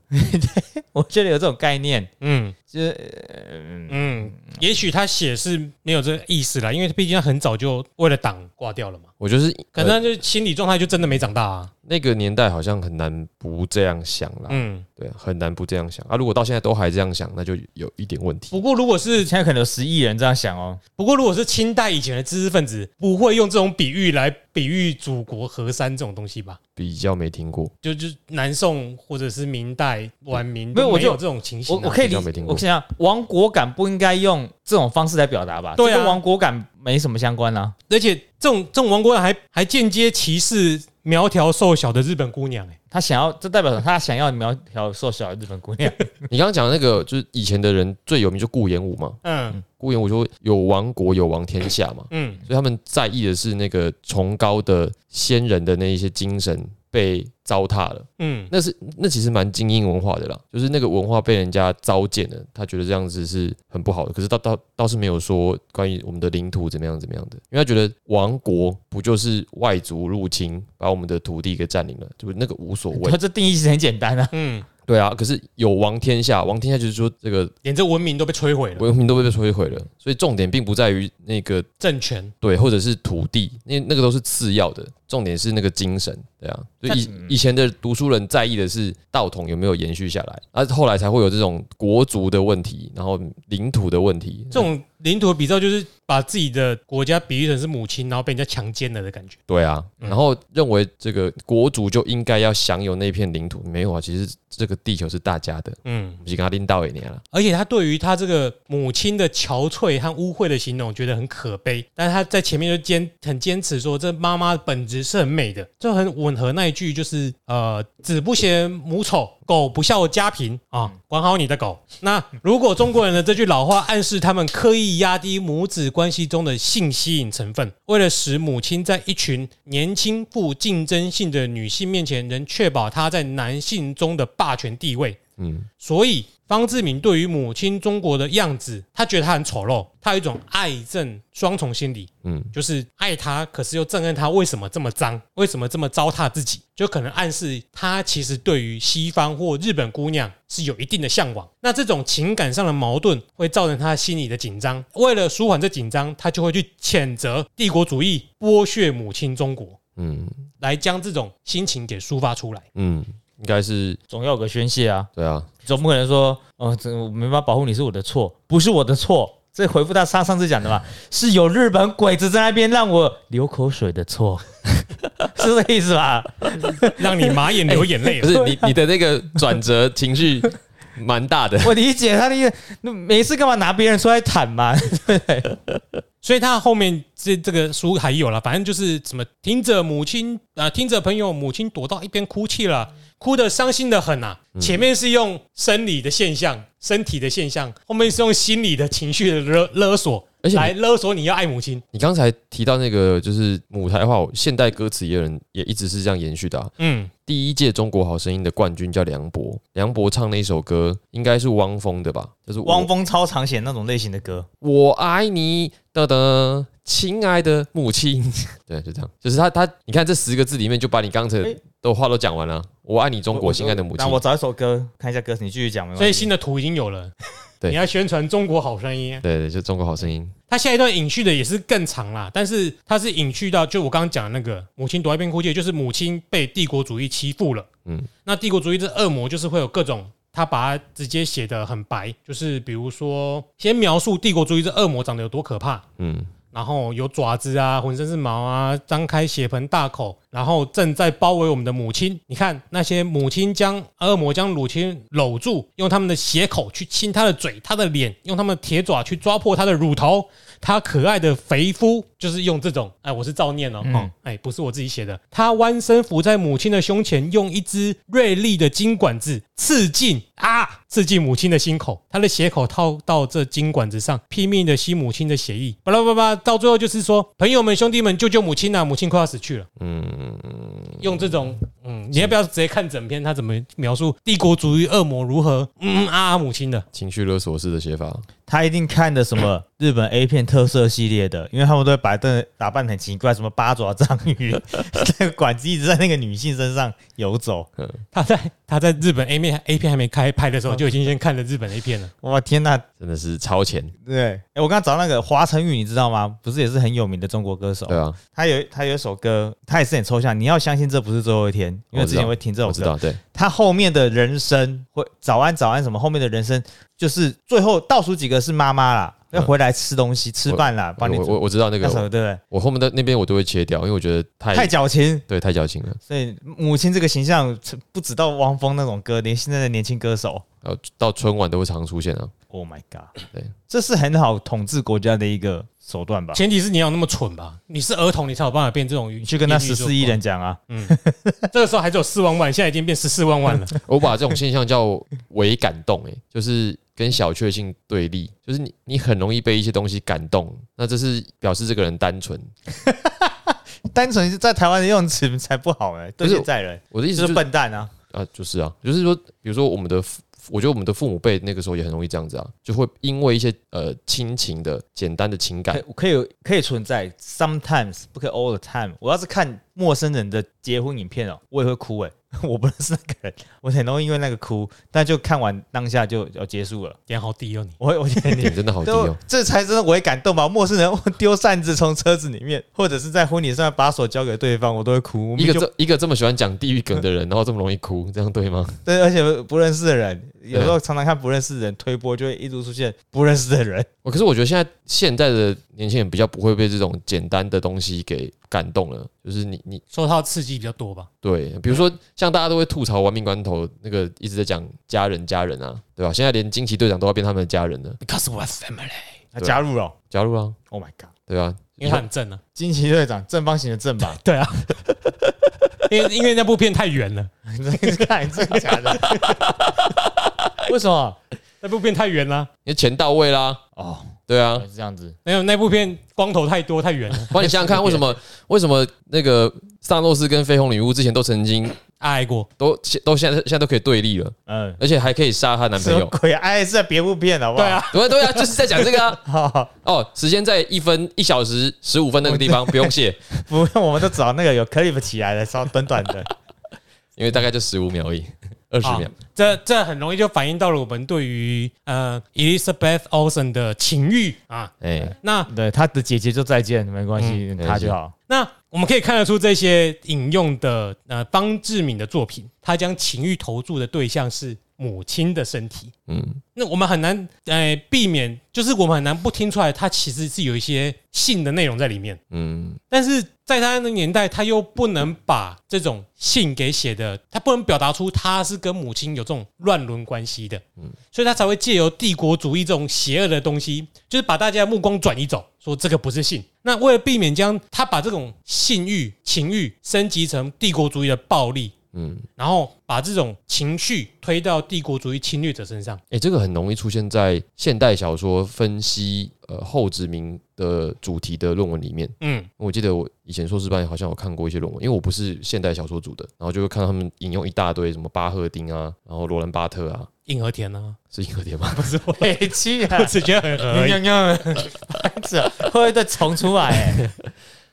Speaker 1: 我觉得有这种概念，
Speaker 2: 嗯
Speaker 1: 就是、呃、
Speaker 2: 嗯，也许他写是没有这个意思啦，因为毕竟他很早就为了党挂掉了嘛，
Speaker 3: 我就是
Speaker 2: 可
Speaker 3: 呃
Speaker 2: 能他就心理状态就真的没长大啊。
Speaker 3: 那个年代好像很难不这样想
Speaker 1: 啊
Speaker 3: 啦。
Speaker 2: 嗯，
Speaker 3: 对，很难不这样想啊！如果到现在都还这样想，那就有一点问题。
Speaker 2: 不过如果是
Speaker 1: 现在可能有十亿人这样想哦。
Speaker 2: 不过如果是清代以前的知识分子，不会用这种比喻来比喻祖国河山这种东西吧？
Speaker 3: 比较没听过，
Speaker 2: 就就南宋或者是明代、晚明，
Speaker 1: 没有
Speaker 2: 都
Speaker 1: 我就
Speaker 2: 有这种情
Speaker 1: 我
Speaker 2: 形啊、
Speaker 1: 我可以
Speaker 3: 比较
Speaker 1: 理
Speaker 3: 没听，过
Speaker 1: 我想想，亡国感不应该用这种方式来表达吧？
Speaker 2: 对啊
Speaker 1: 这跟亡国感没什么相关啊。
Speaker 2: 而且这种这种亡国人还还间接歧视苗条瘦小的日本姑娘、欸，
Speaker 1: 他想要，这代表他想要苗条瘦小的日本姑娘。
Speaker 3: 你刚刚讲的那个就是以前的人最有名就顾炎武嘛，
Speaker 2: 嗯
Speaker 3: 顾炎武就有亡国有亡天下嘛，
Speaker 2: 嗯，
Speaker 3: 所以他们在意的是那个崇高的先人的那一些精神被糟蹋了，
Speaker 2: 嗯，
Speaker 3: 那是那其实蛮精英文化的啦，就是那个文化被人家糟践了，他觉得这样子是很不好的，可是倒倒倒是没有说关于我们的领土怎么样怎么样的，因为他觉得亡国不就是外族入侵把我们的土地给占领了，就是那个无所
Speaker 1: <laughs>
Speaker 3: 谓
Speaker 1: 他，这定义其实很简单啊，
Speaker 2: 嗯，
Speaker 3: 对啊，可是有亡天下，亡天下就是说这个
Speaker 2: 连这文明都被摧毁了，
Speaker 3: 文明都被摧毁了，所以重点并不在于那个
Speaker 2: 政权
Speaker 3: 对，或者是土地，那那个都是次要的，重点是那个精神，对啊。所以以以前的读书人在意的是道统有没有延续下来，而、后来才会有这种国族的问题，然后领土的问题，
Speaker 2: 这种领土的比照，就是把自己的国家比喻成是母亲，然后被人家强奸了的感觉。
Speaker 3: 对啊。
Speaker 2: 嗯
Speaker 3: 然后认为这个国族就应该要享有那片领土，没有啊，其实这个地球是大家的，
Speaker 2: 嗯，
Speaker 3: 不是跟他拎到一年了。
Speaker 2: 而且他对于他这个母亲的憔悴和污秽的形容，觉得很可悲。但是他在前面就坚很坚持说，这妈妈的本质是很美的，就很吻合那一句，就是呃，子不嫌母丑，狗不孝家贫啊，管好你的狗。那如果中国人的这句老话暗示他们刻意压低母子关系中的性吸引成分，为了使母亲在一群年轻富竞争性的女性面前，能确保她在男性中的霸权地位，
Speaker 3: 嗯，
Speaker 2: 所以方志敏对于母亲中国的样子，他觉得她很丑陋，他有一种爱憎双重心理，
Speaker 3: 嗯，
Speaker 2: 就是爱她，可是又憎恨她为什么这么脏，为什么这么糟蹋自己，就可能暗示他其实对于西方或日本姑娘是有一定的向往。那这种情感上的矛盾会造成他心里的紧张，为了舒缓这紧张，他就会去谴责帝国主义剥削母亲中国，
Speaker 3: 嗯
Speaker 2: 来将这种心情给抒发出来。
Speaker 3: 嗯，应该是
Speaker 1: 总要有个宣泄啊，
Speaker 3: 对啊，
Speaker 1: 总不可能说，哦，这我没办法保护你是我的错，不是我的错。这回复他上上次讲的嘛，是有日本鬼子在那边让我流口水的错， <laughs> 是这个意思吧？
Speaker 2: 让你马眼流眼泪
Speaker 3: <laughs> 不
Speaker 2: 了。
Speaker 3: 是
Speaker 2: <laughs>
Speaker 3: 你你的那个转折情绪蛮大的，
Speaker 1: 我理解他的意思，那每次干嘛拿别人出来谈嘛？
Speaker 2: 所以他后面这这个书还有了，反正就是什么听着母亲啊、听着朋友母亲躲到一边哭泣
Speaker 3: 嗯
Speaker 2: 了，哭得伤心的很啊。前面是用生理的现象、身体的现象，后面是用心理的情绪的勒勒索，
Speaker 3: 而且你
Speaker 2: 来勒索你要爱母亲。
Speaker 3: 你刚才提到那个就是母台话，现代歌词也有人也一直是这样延续的、啊。
Speaker 2: 嗯，
Speaker 3: 第一届中国好声音的冠军叫梁博，梁博唱那一首歌应该是汪峰的吧？就是我
Speaker 1: 汪峰超常写那种类型的歌，
Speaker 3: 我爱你，的的，亲爱的母亲。 <laughs> 对，就这样，就是他他，你看这十个字里面就把你刚才
Speaker 1: 哎
Speaker 3: 的话都讲完了。我爱你，中国，亲爱的母亲
Speaker 1: 那。我找一首歌看一下歌词，你继续讲没关系
Speaker 2: 所以新的图已经有了。
Speaker 3: 对
Speaker 2: 你要宣传中国好声音啊，
Speaker 3: 对对，就中国好声音。
Speaker 2: 他下一段隐去的也是更长啦，但是他是隐去到就我刚刚讲的那个母亲躲在一边哭泣，就是母亲被帝国主义欺负了。
Speaker 3: 嗯，
Speaker 2: 那帝国主义这恶魔就是会有各种，他把它直接写的很白，就是比如说先描述帝国主义这恶魔长得有多可怕，
Speaker 3: 嗯，
Speaker 2: 然后有爪子啊，浑身是毛啊，张开血盆大口，然后正在包围我们的母亲。你看那些母亲将恶魔将母亲搂住，用他们的血口去亲她的嘴、她的脸，用他们的铁爪去抓破她的乳头。她可爱的肥肤，就是用这种，哎，我是照念哦，
Speaker 1: 嗯
Speaker 2: 哦哎，不是我自己写的。她弯身伏在母亲的胸前，用一支锐利的金管子刺进啊，刺进母亲的心口，她的血口套到这金管子上，拼命的吸母亲的血液，巴拉巴拉，到最后就是说，朋友们、兄弟们，救救母亲啊，母亲快要死去了。用这种，嗯，你要不要直接看整篇？他怎么描述帝国主义恶魔如何嗯啊啊母亲的？
Speaker 3: 情绪勒索式的写法。
Speaker 1: 他一定看的什么日本 A 片特色系列的，因为他们都会把扮打扮得很奇怪，什么八爪章鱼， <laughs> 那个管子一直在那个女性身上游走。
Speaker 2: 他在他在日本 A 片 A 片还没开拍
Speaker 1: 哦
Speaker 2: 的时候，就已经先看了日本 A 片了。
Speaker 1: 哇，天呐！
Speaker 3: 真的是超前，
Speaker 1: 对，哎、我刚刚找那个华晨宇，你知道吗？不是也是很有名的中国歌手，
Speaker 3: 对啊，
Speaker 1: 他有他有一首歌，他也是很抽象。你要相信这不是最后一天，因为
Speaker 3: 我知
Speaker 1: 之
Speaker 3: 道
Speaker 1: 前会听这首
Speaker 3: 我知
Speaker 1: 歌，
Speaker 3: 道，对，
Speaker 1: 他后面的人生会早安早安什么，后面的人生就是最后倒数几个是妈妈啦，要
Speaker 3: 嗯
Speaker 1: 回来吃东西、吃饭啦，
Speaker 3: 我
Speaker 1: 帮你
Speaker 3: 我
Speaker 1: 煮
Speaker 3: 我知道那
Speaker 1: 那首
Speaker 3: 个，
Speaker 1: 对不对？
Speaker 3: 我后面的那边我都会切掉，因为我觉得太
Speaker 1: 太矫情。
Speaker 3: 对太矫情了。
Speaker 1: 所以母亲这个形象不止到汪峰那种歌，连现在的年轻歌手
Speaker 3: 然后到春晚都会常出现啊。 <laughs>
Speaker 1: ，Oh my god，
Speaker 3: 对，
Speaker 1: 这是很好统治国家的一个手段吧？
Speaker 2: 前提是你要有那么蠢吧？你是儿童，你才有办法变这种语。
Speaker 1: 你去跟他
Speaker 2: 语句
Speaker 1: 十
Speaker 2: 说
Speaker 1: 四亿人讲啊，
Speaker 2: 话，这个时候还只有四万万，现在已经变十四万万了。
Speaker 3: 我把这种现象叫伪感动、欸，就是跟小确幸对立，就是你你很容易被一些东西感动，那这是表示这个人单纯。
Speaker 1: 单纯是在台湾的用词才不好哎、对
Speaker 3: 不是
Speaker 1: 现在人
Speaker 3: 我的意思
Speaker 1: 就是是笨蛋啊，
Speaker 3: 啊，就是啊，就是说，比如说我们的父，我觉得我们的父母辈那个时候也很容易这样子啊，就会因为一些呃亲情的简单的情
Speaker 1: 可 <laughs>
Speaker 3: 感，
Speaker 1: 可以可以存在，sometimes 不可以 all the time。我要是看陌生人的结婚影片哦，我也会哭哎、 <laughs> 我不认识那个人，我很容易因为那个哭，但就看完当下就要结束了。
Speaker 2: 点好低哦你。
Speaker 1: 我会，我觉得你
Speaker 3: 点真的好低
Speaker 1: 都
Speaker 3: 哦。
Speaker 1: 这才真的我会感动吧？陌生人丢扇子从车子里面，或者是在婚礼上把手交给对方，我都会哭。我
Speaker 3: 一
Speaker 1: 明
Speaker 3: 个
Speaker 1: 明就
Speaker 3: 这一个这么喜欢讲地狱梗的人，然后这么容易哭，这样对吗？
Speaker 1: 对，而且不认识的人，有时候常常看不认识的人推波，就会一直出现不认识的人。
Speaker 3: 哦我可是我觉得现在现在的年轻人比较不会被这种简单的东西给感动了，就是你你
Speaker 2: 受到刺激比较多吧？
Speaker 3: 对，比如说像大家都会吐槽《亡命关头》那个一直在讲家人家人啊，对吧？现在连惊奇队长都要变他们的家人了，
Speaker 2: Because we're family，
Speaker 1: 他加入了哦
Speaker 3: 加入啊，
Speaker 1: ，Oh my god！
Speaker 3: 对啊，
Speaker 2: 因为他很正啊。
Speaker 1: 惊奇队长正方形的正吧？ <laughs>
Speaker 2: 对啊，因为因为那部片太远了，
Speaker 1: 看真的假的？ <laughs> 为什么？
Speaker 2: 那部片太远了，
Speaker 3: 因为钱到位啦，
Speaker 1: 哦，
Speaker 3: 对啊，
Speaker 1: 是这样子。
Speaker 2: 没有那部片光头太多太远了。
Speaker 3: 帮你想想看，为什么为什么那个萨诺斯跟绯红女巫之前都曾经
Speaker 2: 爱过，
Speaker 3: 都都现在现在都可以对立了，
Speaker 1: 嗯，
Speaker 3: 而且还可以杀她男朋
Speaker 1: 什么
Speaker 3: 友，
Speaker 1: 鬼？哎，是在别部片好不
Speaker 2: <laughs> 对
Speaker 1: 好？
Speaker 2: 啊，
Speaker 3: 对对啊，就是在讲这个啊。
Speaker 1: <laughs> 好，
Speaker 3: 哦，时间在一分一小时十五分那个
Speaker 1: <laughs>
Speaker 3: 地方，不用谢，
Speaker 1: 不用，我们都找那个有 clip 起来的，稍短短的。
Speaker 3: 因为大概就十五秒而已，二十
Speaker 2: 好
Speaker 3: 秒。
Speaker 2: 这这很容易就反映到了我们对于呃 Elizabeth Olsen 的情欲啊。
Speaker 3: 哎，
Speaker 2: 那
Speaker 1: <laughs> 对，他的姐姐就再见，没关系，
Speaker 3: 嗯
Speaker 1: 他就好。
Speaker 2: 那我们可以看得出，这些引用的呃方志敏的作品，他将情欲投注的对象是母亲的身体。
Speaker 3: 嗯，
Speaker 2: 那我们很难呃避免，就是我们很难不听出来，他其实是有一些性的内容在里面。
Speaker 3: 嗯，
Speaker 2: 但是在他那个年代，他又不能把这种性给写的，他不能表达出他是跟母亲有这种乱伦关系的，
Speaker 3: 嗯
Speaker 2: 所以他才会借由帝国主义这种邪恶的东西，就是把大家的目光转移走，说这个不是性。那为了避免将他把这种性欲、情欲升级成帝国主义的暴力，
Speaker 3: 嗯，
Speaker 2: 然后把这种情绪推到帝国主义侵略者身上，
Speaker 3: 哎、这个很容易出现在现代小说分析呃后殖民的主题的论文里面。
Speaker 2: 嗯，
Speaker 3: 我记得我以前硕士班好像有看过一些论文，因为我不是现代小说组的，然后就会看他们引用一大堆什么巴赫丁啊，然后罗兰巴特啊，
Speaker 2: 硬和田啊，
Speaker 3: 是银河铁吗？
Speaker 2: 不是我，
Speaker 1: 北气啊
Speaker 2: <laughs> 我！只觉得很合而已
Speaker 1: 你啊 <laughs> 看看，白痴啊，会不会再重出来、欸？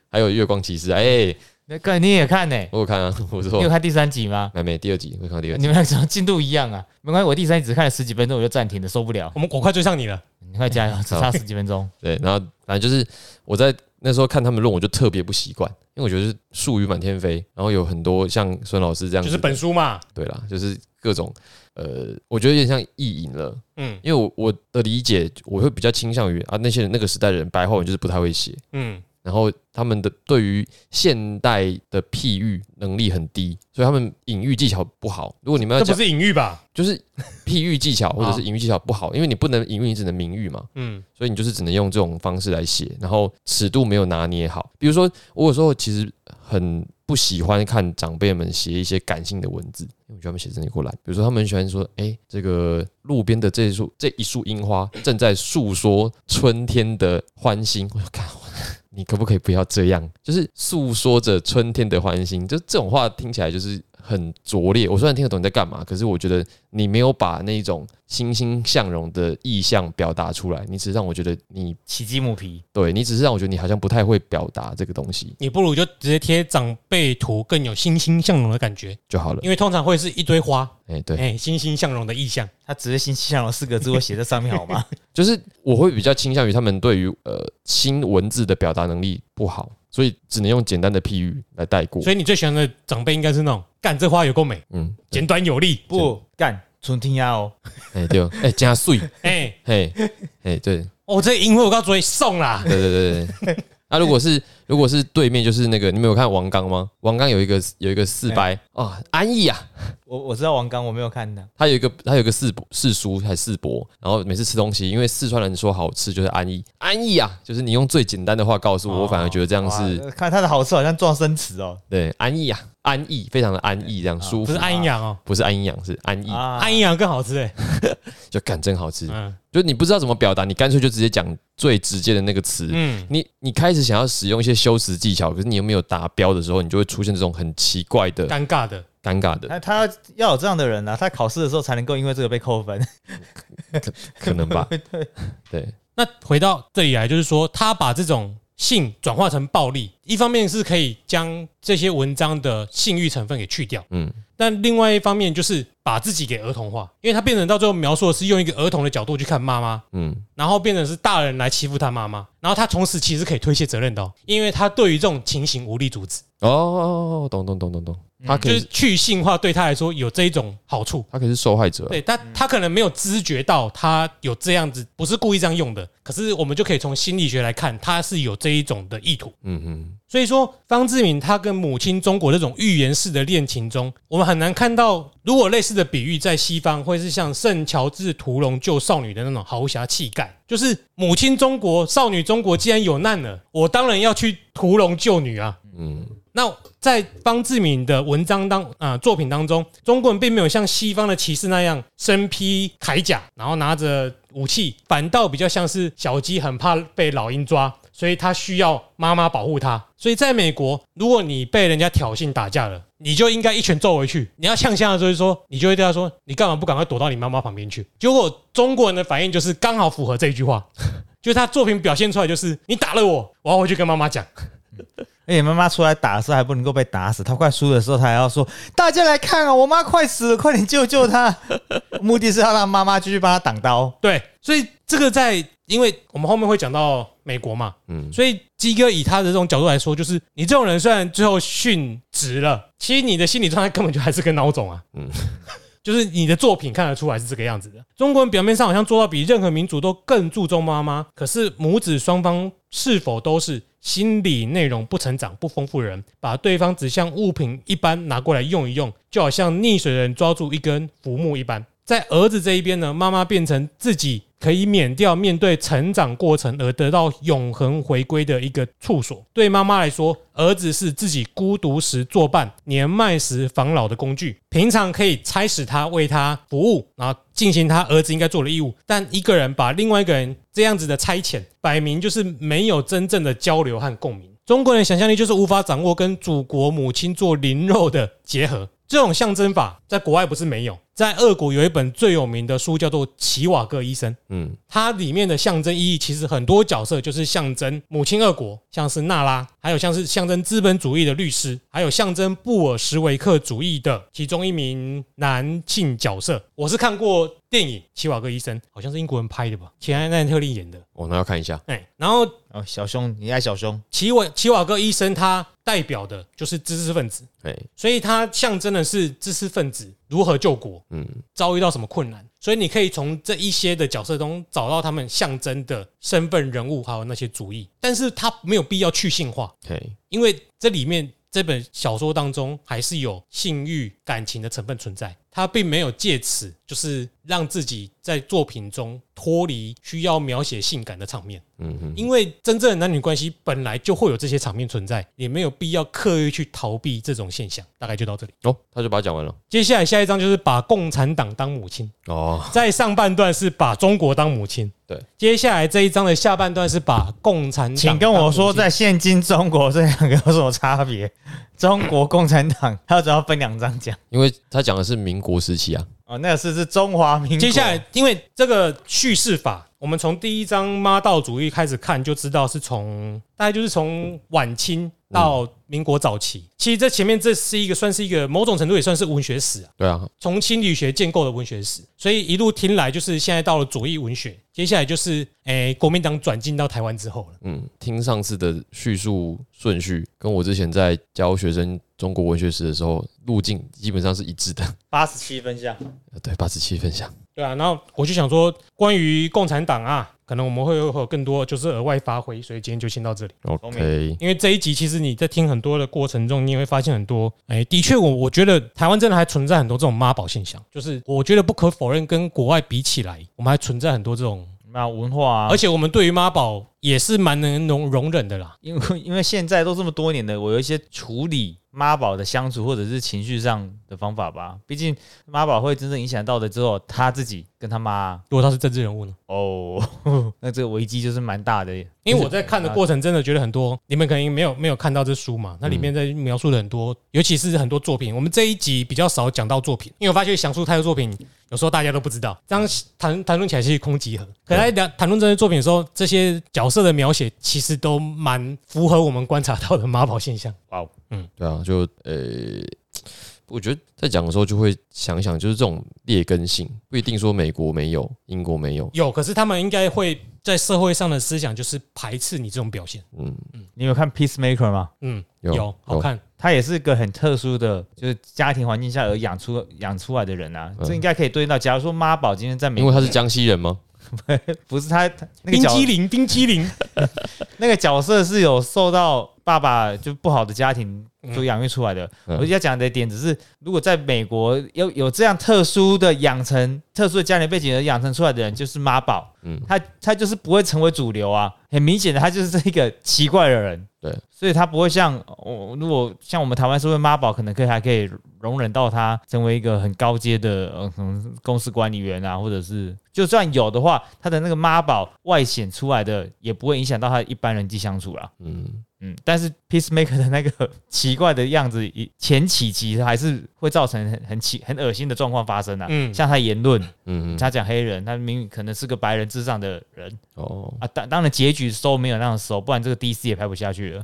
Speaker 3: 还有月光骑士啊，哎、
Speaker 1: 那个你也看呢、
Speaker 3: 我有看啊，我
Speaker 1: 你有
Speaker 3: 说
Speaker 1: 看第三集吗？
Speaker 3: 没没第二集，我看到第二集，
Speaker 1: 你们俩怎么进度一样啊？没关系，我第三集只看了十几分钟我就暂停了，受不了。
Speaker 2: <laughs> 我们我快追上你了，
Speaker 1: 你快
Speaker 3: 嗯
Speaker 1: 加油，只差十几分钟。
Speaker 3: 对，然后反正就是我在那时候看他们论文，我就特别不习惯，因为我觉得是术语满天飞，然后有很多像孙老师这样
Speaker 2: 就
Speaker 3: 子的，
Speaker 2: 是本书嘛，
Speaker 3: 对啦，就是各种呃，我觉得有点像意淫了，
Speaker 2: 嗯
Speaker 3: 因为我我的理解，我会比较倾向于啊那些人那个时代的人白话文就是不太会写，
Speaker 2: 嗯。
Speaker 3: 然后他们的对于现代的譬喻能力很低，所以他们隐喻技巧不好。如果你们要
Speaker 2: 这不
Speaker 3: 讲
Speaker 2: 是啊隐喻吧？
Speaker 3: 就是譬喻技巧或者是隐喻技巧不好，因为你不能隐喻，你只能明喻嘛。
Speaker 2: 嗯，
Speaker 3: 所以你就是只能用这种方式来写，然后尺度没有拿捏好。比如说，我有时候其实很不喜欢看长辈们写一些感性的文字，因为我觉得他们写真的过来。比如说，他们很喜欢说：“哎、这个路边的这一束这一束樱花正在诉说春天的欢欣。”我就看。我 <laughs> 你可不可以不要这样？就是诉说着春天的欢欣，就这种话听起来就是很拙劣。我虽然听得懂你在干嘛，可是我觉得你没有把那种欣欣向荣的意象表达出来，你只是让我觉得你
Speaker 1: 奇迹母皮，
Speaker 3: 对你只是让我觉得你好像不太会表达这个东西
Speaker 2: 你不如就直接贴长辈图，更有欣欣向荣的感觉，
Speaker 3: 就好了。
Speaker 2: 因为通常会是一堆花，
Speaker 3: 哎、对，
Speaker 2: 哎，欣欣向荣的意象。
Speaker 1: 他只是“新气象”有四个字，我写在上面好吗？
Speaker 3: 就是我会比较倾向于他们对于呃新文字的表达能力不好，所以只能用简单的譬喻来带过
Speaker 2: 所。以你最喜欢的长辈应该是那种，干这花有够美，
Speaker 3: 嗯，
Speaker 2: 简短有力，
Speaker 1: 不干，纯听呀哦，
Speaker 3: 哎、对，哎、加碎，
Speaker 2: 哎，
Speaker 3: 嘿，哎，对，
Speaker 2: 哦，这因为我告诉你送啦，
Speaker 3: 对对对对。
Speaker 2: <laughs>
Speaker 3: 那、如果是如果是对面就是那个，你们有看王刚吗？王刚有一个有一个四掰
Speaker 2: 哎
Speaker 3: 啊、安逸啊，
Speaker 1: 我我知道王刚，我没有看的。
Speaker 3: 他有一个他有一个四伯四叔还是四伯，然后每次吃东西，因为四川人说好吃就是安逸，安逸啊，就是你用最简单的话告诉我，我反而觉得这样是
Speaker 1: 哦哇看他的好吃，好像撞生词哦。
Speaker 3: 对安逸啊，安逸，非常的安逸，这样舒
Speaker 2: 不
Speaker 3: 服
Speaker 2: 是，安阴阳哦，
Speaker 3: 不是安阴阳，是安逸，
Speaker 1: 啊
Speaker 2: 安阴阳更好吃哎，
Speaker 3: 就干真好吃，
Speaker 2: 嗯
Speaker 3: 就你不知道怎么表达，你干脆就直接讲最直接的那个词。
Speaker 2: 嗯，
Speaker 3: 你你开始想要使用一些修辞技巧，可是你又没有达标的时候，你就会出现这种很奇怪的
Speaker 2: 尴尬的，
Speaker 3: 尴尬的
Speaker 1: 他他要有这样的人啊，他考试的时候才能够因为这个被扣分。 <laughs>
Speaker 3: 可能吧？对，
Speaker 2: 那回到这里来，就是说他把这种性转化成暴力，一方面是可以将这些文章的性欲成分给去掉，
Speaker 3: 嗯，
Speaker 2: 但另外一方面就是把自己给儿童化，因为他变成到最后描述的是用一个儿童的角度去看妈妈，
Speaker 3: 嗯，
Speaker 2: 然后变成是大人来欺负他妈妈，然后他从此其实可以推卸责任的、哦，因为他对于这种情形无力阻止，
Speaker 3: 哦哦哦，懂懂懂懂懂，他可
Speaker 2: 就是
Speaker 3: 以
Speaker 2: 去性化对他来说有这一种好处。
Speaker 3: 他可是受害者，啊
Speaker 2: 对他，他可能没有知觉到他有这样子，不是故意这样用的。可是我们就可以从心理学来看，他是有这一种的意图。
Speaker 3: 嗯嗯，
Speaker 2: 所以说，方志敏他跟母亲中国这种寓言式的恋情中，我们很难看到，如果类似的比喻在西方会是像圣乔治屠龙救少女的那种豪侠气概，就是母亲中国、少女中国既然有难了，我当然要去屠龙救女啊。
Speaker 3: 嗯，
Speaker 2: 那在方志敏的文章当啊、作品当中，中国人并没有像西方的骑士那样身披铠甲，然后拿着武器，反倒比较像是小鸡很怕被老鹰抓，所以它需要妈妈保护它。所以在美国，如果你被人家挑衅打架了，你就应该一拳揍回去。你要呛下的时候，就说你就会对他说：“你干嘛不赶快躲到你妈妈旁边去？”结果中国人的反应就是刚好符合这一句话， <laughs> 就是他作品表现出来就是你打了我，我要回去跟妈妈讲。
Speaker 1: 而哎且妈妈出来打的时候还不能够被打死，她快输的时候，她还要说：“大家来看啊，我妈快死了，快点救救她！”目的是要让妈妈继续帮她挡刀。
Speaker 2: 对，所以这个在，因为我们后面会讲到美国嘛，
Speaker 3: 嗯，
Speaker 2: 所以鸡哥以他的这种角度来说，就是你这种人虽然最后殉职了，其实你的心理状态根本就还是个孬种啊。嗯
Speaker 3: 嗯。
Speaker 2: 就是你的作品看得出来是这个样子的。中国人表面上好像做到比任何民族都更注重妈妈，可是母子双方是否都是心理内容不成长、不丰富的人，把对方只像物品一般拿过来用一用，就好像溺水的人抓住一根浮木一般。在儿子这一边呢，妈妈变成自己可以免掉面对成长过程而得到永恒回归的一个处所。对妈妈来说，儿子是自己孤独时作伴、年迈时防老的工具，平常可以差使他为他服务，然后进行他儿子应该做的义务。但一个人把另外一个人这样子的差遣，摆明就是没有真正的交流和共鸣。中国人想象力就是无法掌握跟祖国母亲做灵肉的结合。这种象征法在国外不是没有，在俄国有一本最有名的书叫做《齐瓦克医生》，
Speaker 3: 嗯
Speaker 2: 它里面的象征意义其实很多角色就是象征母亲俄国，像是娜拉，还有像是象征资本主义的律师，还有象征布尔什维克主义的其中一名男性角色。我是看过电影《齐瓦克医生》，好像是英国人拍的吧，钱安奈特利演的。
Speaker 3: 哦我那要看一下，
Speaker 2: 哎、然后
Speaker 1: 哦，小胸，你爱小胸，
Speaker 2: 齐瓦齐瓦克医生他代表的就是知识分子，
Speaker 3: 哎，
Speaker 2: 所以它象征的是知识分子如何救国，
Speaker 3: 嗯
Speaker 2: 遭遇到什么困难，所以你可以从这一些的角色中找到他们象征的身份、人物，还有那些主义。但是它没有必要去性化，
Speaker 3: 嘿，
Speaker 2: 因为这里面这本小说当中还是有性欲、感情的成分存在，它并没有借此就是让自己在作品中脱离需要描写性感的场面。
Speaker 3: 嗯嗯，
Speaker 2: 因为真正的男女关系本来就会有这些场面存在，也没有必要刻意去逃避这种现象。大概就到这里。
Speaker 3: 哦，他就把它讲完了，
Speaker 2: 接下来下一章就是把共产党当母亲，
Speaker 3: 哦，
Speaker 2: 在上半段是把中国当母亲，
Speaker 3: 对。
Speaker 2: 接下来这一章的下半段是把共产党，
Speaker 1: 请跟我说，在，现今中国这两个有什么差别？中国共产党，它只要分两章讲。
Speaker 3: 因为他讲的是民国时期啊，
Speaker 1: 哦，那个是是中华民国。
Speaker 2: 接下来因为这个叙事法，我们从第一章妈道主义开始看就知道是从大概就是从晚清到民国早期，其实这前面这是一个算是一个某种程度也算是文学史啊。
Speaker 3: 对啊，
Speaker 2: 从心理学建构的文学史，所以一路听来就是现在到了左翼文学，接下来就是诶、国民党转进到台湾之后了。
Speaker 3: 嗯，听上次的叙述顺序跟我之前在教学生中国文学史的时候路径基本上是一致的， <laughs>
Speaker 1: 八十七分项，
Speaker 3: 呃对，八十七分享，
Speaker 2: 对啊，然后我就想说，关于共产党啊，可能我们会会有更多就是额外发挥，所以今天就先到这里。
Speaker 3: OK，
Speaker 2: 因为这一集其实你在听很多的过程中，你也会发现很多，哎，的确我我觉得台湾真的还存在很多这种妈宝现象，就是我觉得不可否认，跟国外比起来，我们还存在很多这种，
Speaker 1: 那文化、啊，
Speaker 2: 而且我们对于妈宝也是蛮能容容忍的啦。
Speaker 1: 因为 <laughs> 因为现在都这么多年的，我有一些处理妈宝的相处或者是情绪上的方法吧。毕竟妈宝会真正影响到的只有他自己跟他妈
Speaker 2: 如果他是政治人物呢？
Speaker 1: 哦， <laughs> 那这个危机就是蛮大的耶。
Speaker 2: 因为我在看的过程，真的觉得很多，你们可能没有没有看到这书嘛，那里
Speaker 1: 嗯
Speaker 2: 面在描述了很多，尤其是很多作品。我们这一集比较少讲到作品，因为我发现详述太多作品，有时候大家都不知道。这样谈谈论起来是空集合，可在聊谈论这些作品的时候，这些角色的描写其实都蛮符合我们观察到的妈宝现象。
Speaker 1: 哇哦，
Speaker 3: 对啊，就呃、我觉得在讲的时候就会想一想，就是这种劣根性，不一定说美国没有，英国没有，
Speaker 2: 有，可是他们应该会在社会上的思想就是排斥你这种表现。
Speaker 3: 嗯，
Speaker 1: 你有看 Peacemaker 吗？
Speaker 2: 嗯，
Speaker 3: 有
Speaker 2: 有好
Speaker 3: 有
Speaker 2: 看，
Speaker 1: 他也是个很特殊的，就是家庭环境下而养出养出来的人啊，
Speaker 3: 嗯
Speaker 1: 这应该可以对应到。假如说妈宝今天在美
Speaker 3: 因为他是江西人吗？
Speaker 1: 不是他他那个
Speaker 2: 冰
Speaker 1: 角
Speaker 2: 激凌，冰激
Speaker 1: <laughs>
Speaker 2: 凌，
Speaker 1: 那个角色是有受到爸爸就不好的家庭所养育出来的。
Speaker 3: 嗯
Speaker 1: 我要讲的点只是，如果在美国有有这样特殊的养成、特殊的家庭背景而养成出来的人，就是妈宝，
Speaker 3: 嗯，
Speaker 1: 他他就是不会成为主流啊。很明显的，他就是一个奇怪的人。
Speaker 3: 对，
Speaker 1: 所以他不会像我、如果像我们台湾社会妈宝，可能可以还可以容忍到他成为一个很高阶的呃，可能公司管理员啊，或者是就算有的话，他的那个妈宝外显出来的，也不会影响到他一般人际相处啦。
Speaker 3: 嗯，
Speaker 1: 嗯，但是 Peacemaker 的那个 <laughs> 奇怪的样子，一前几集还是会造成很很奇很恶心的状况发生啊。
Speaker 2: 嗯
Speaker 1: 像他言论，
Speaker 3: 嗯嗯，
Speaker 1: 他讲黑人，他明明可能是个白人至上的人
Speaker 3: 哦，
Speaker 1: 啊。当当然结局收没有那样收，不然这个 DC 也拍不下去了。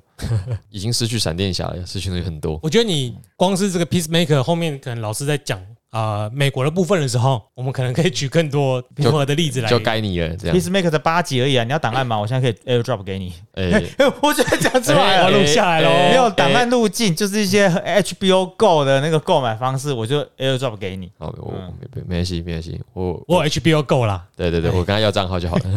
Speaker 3: 已经失去闪电侠了，失去的很多。
Speaker 2: 我觉得你光是这个 peacemaker 后面可能老师在讲啊、呃美国的部分的时候，我们可能可以举更
Speaker 3: <laughs>
Speaker 2: 多符合的例子来。
Speaker 3: 就该你了，这样。
Speaker 1: Peacemaker 的八集而已啊，你要档案 <laughs> 吗？我现在可以 AirDrop 给你。
Speaker 3: 哎、
Speaker 1: <laughs> 我觉得讲出来
Speaker 2: 哎
Speaker 1: 了
Speaker 2: 我。录下来咯
Speaker 1: 没
Speaker 3: 哎
Speaker 1: 有档案路径，就是一些 HBO Go 的那个购买方式，我就 AirDrop 给你。
Speaker 3: 好，我
Speaker 1: 嗯
Speaker 3: 没没没关系，没关系，我
Speaker 2: 我有 HBO 够啦，
Speaker 3: 对对对，我跟他要账号就好了。 <laughs>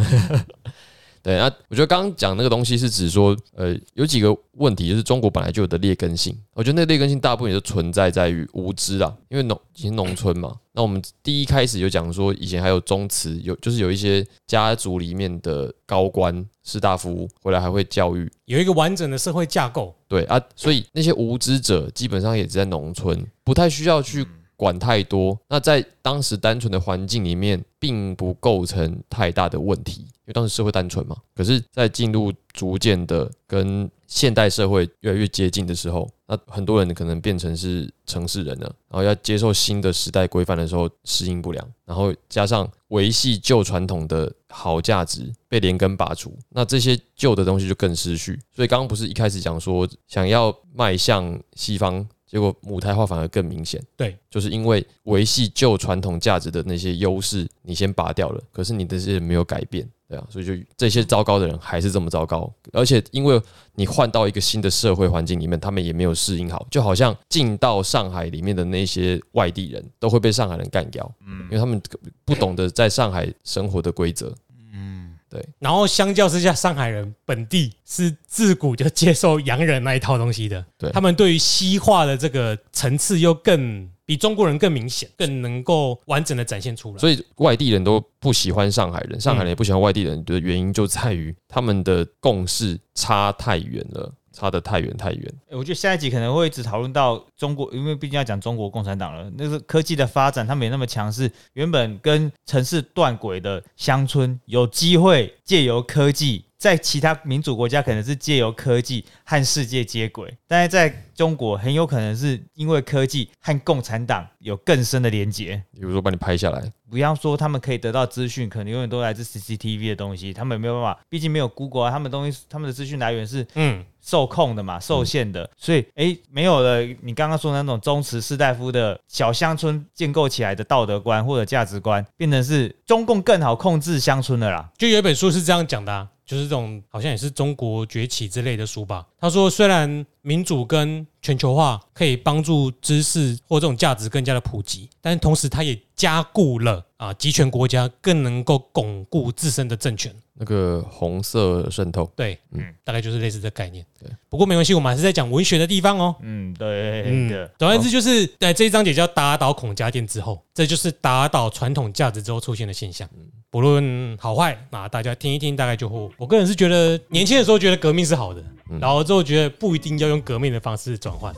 Speaker 3: 对，那我觉得刚刚讲那个东西是指说，呃，有几个问题，就是中国本来就有的劣根性。我觉得那劣根性大部分也是存在在于无知啦，因为农以前农村嘛。那我们第一开始有讲说，以前还有宗祠，有就是有一些家族里面的高官、士大夫回来还会教育，
Speaker 2: 有一个完整的社会架构。
Speaker 3: 对啊，所以那些无知者基本上也只在农村，不太需要去管太多。那在当时单纯的环境里面，并不构成太大的问题，因为当时社会单纯嘛。可是，在进入逐渐的跟现代社会越来越接近的时候，那很多人可能变成是城市人了，然后要接受新的时代规范的时候适应不良，然后加上维系旧传统的好价值被连根拔除，那这些旧的东西就更失去。所以刚刚不是一开始讲说想要迈向西方，结果母胎化反而更明显。
Speaker 2: 对，
Speaker 3: 就是因为维系旧传统价值的那些优势你先拔掉了，可是你的这些人没有改变。对啊，所以就这些糟糕的人还是这么糟糕，而且因为你换到一个新的社会环境里面，他们也没有适应好，就好像进到上海里面的那些外地人都会被上海人干掉，因为他们不懂得在上海生活的规则。
Speaker 1: 嗯
Speaker 2: 然后相较之下，上海人本地是自古就接受洋人那一套东西的，
Speaker 3: 对
Speaker 2: 他们对于西化的这个层次又更比中国人更明显，更能够完整的展现出来。
Speaker 3: 所以外地人都不喜欢上海人，上海人也不喜欢外地人的原因就在于他们的共识差太远了，差得太远太远。
Speaker 1: 欸我觉得下一集可能会一直讨论到中国，因为毕竟要讲中国共产党了。那个科技的发展，他们也那么强势，原本跟城市断轨的乡村，有机会借由科技，在其他民主国家可能是借由科技和世界接轨，但是在中国很有可能是因为科技和共产党有更深的连结。
Speaker 3: 比如说把你拍下来，
Speaker 1: 不要说他们可以得到资讯，可能永远都来自 CCTV 的东西，他们没有办法，毕竟没有 Google 啊，他们东西他们的资讯来源是
Speaker 2: 嗯，
Speaker 1: 受控的嘛，受限的，所以诶，没有了你刚刚说的那种宗祠士大夫的小乡村建构起来的道德观或者价值观，变成是中共更好控制乡村了啦。
Speaker 2: 就有一本书是这样讲的、啊，就是这种好像也是中国崛起之类的书吧。他说，虽然民主跟全球化可以帮助知识或这种价值更加的普及，但同时它也加固了啊集权国家更能够巩固自身的政权。
Speaker 3: 那个红色渗透，
Speaker 2: 对，嗯
Speaker 1: 嗯，
Speaker 2: 大概就是类似的概念
Speaker 3: 对。
Speaker 2: 不过没关系，我们还是在讲文学的地方哦。
Speaker 1: 嗯，对
Speaker 2: 嗯
Speaker 1: 的，，
Speaker 2: 总而言之就是，在这一章节叫打倒孔家店之后，这就是打倒传统价值之后出现的现象。
Speaker 1: 嗯
Speaker 2: 不论好坏，那大家听一听，大概就会。我个人是觉得，年轻的时候觉得革命是好的，
Speaker 1: 嗯
Speaker 2: 然后之后觉得不一定要用革命的方式转换。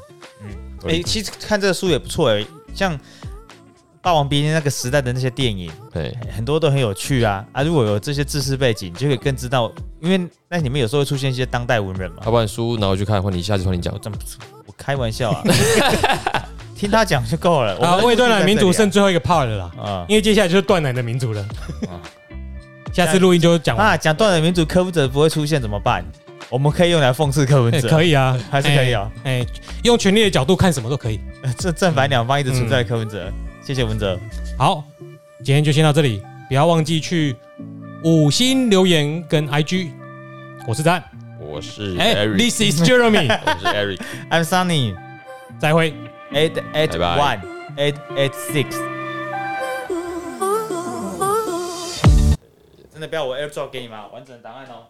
Speaker 1: 诶、其实看这个书也不错诶、像《霸王别姬》那个时代的那些电影，
Speaker 3: 对，
Speaker 1: 很多都很有趣啊啊！如果有这些知识背景，你就可以更知道，因为那里面有时候会出现一些当代文人嘛。
Speaker 3: 要不然书拿回去看，换你下次换你讲
Speaker 1: 我。怎么？我开玩笑
Speaker 2: <laughs>
Speaker 1: 啊，听他讲就够了。
Speaker 2: 啊，为断奶民主剩
Speaker 1: 甚
Speaker 2: 最后一个 part 了啦，
Speaker 1: 啊。
Speaker 2: 因为接下来就是断奶的民主了
Speaker 1: 啊。
Speaker 2: 下次录音就讲完
Speaker 1: 啊，。讲断了民主科普者不会出现怎么办？我们可以用来讽刺柯文
Speaker 2: 哎
Speaker 1: 哲，
Speaker 2: 可以啊，
Speaker 1: 还是可以啊
Speaker 2: 哎。哎，用权力的角度看什么都可以。
Speaker 1: 这正反两方一直存在的柯文
Speaker 2: 嗯
Speaker 1: 哲。谢谢文哲，
Speaker 2: 好，今天就先到这里，不要忘记去五星留言跟 IG。我是赞，
Speaker 4: 我是
Speaker 2: 哎
Speaker 4: Eric，
Speaker 2: ，This is
Speaker 3: <laughs>
Speaker 2: Jeremy，
Speaker 4: 我是 Eric，
Speaker 1: I'm Sunny
Speaker 2: 再会。
Speaker 1: eight eight
Speaker 4: 拜拜
Speaker 1: one eight eight six。真的不要我 AirDrop 给你吗？完整的档案哦。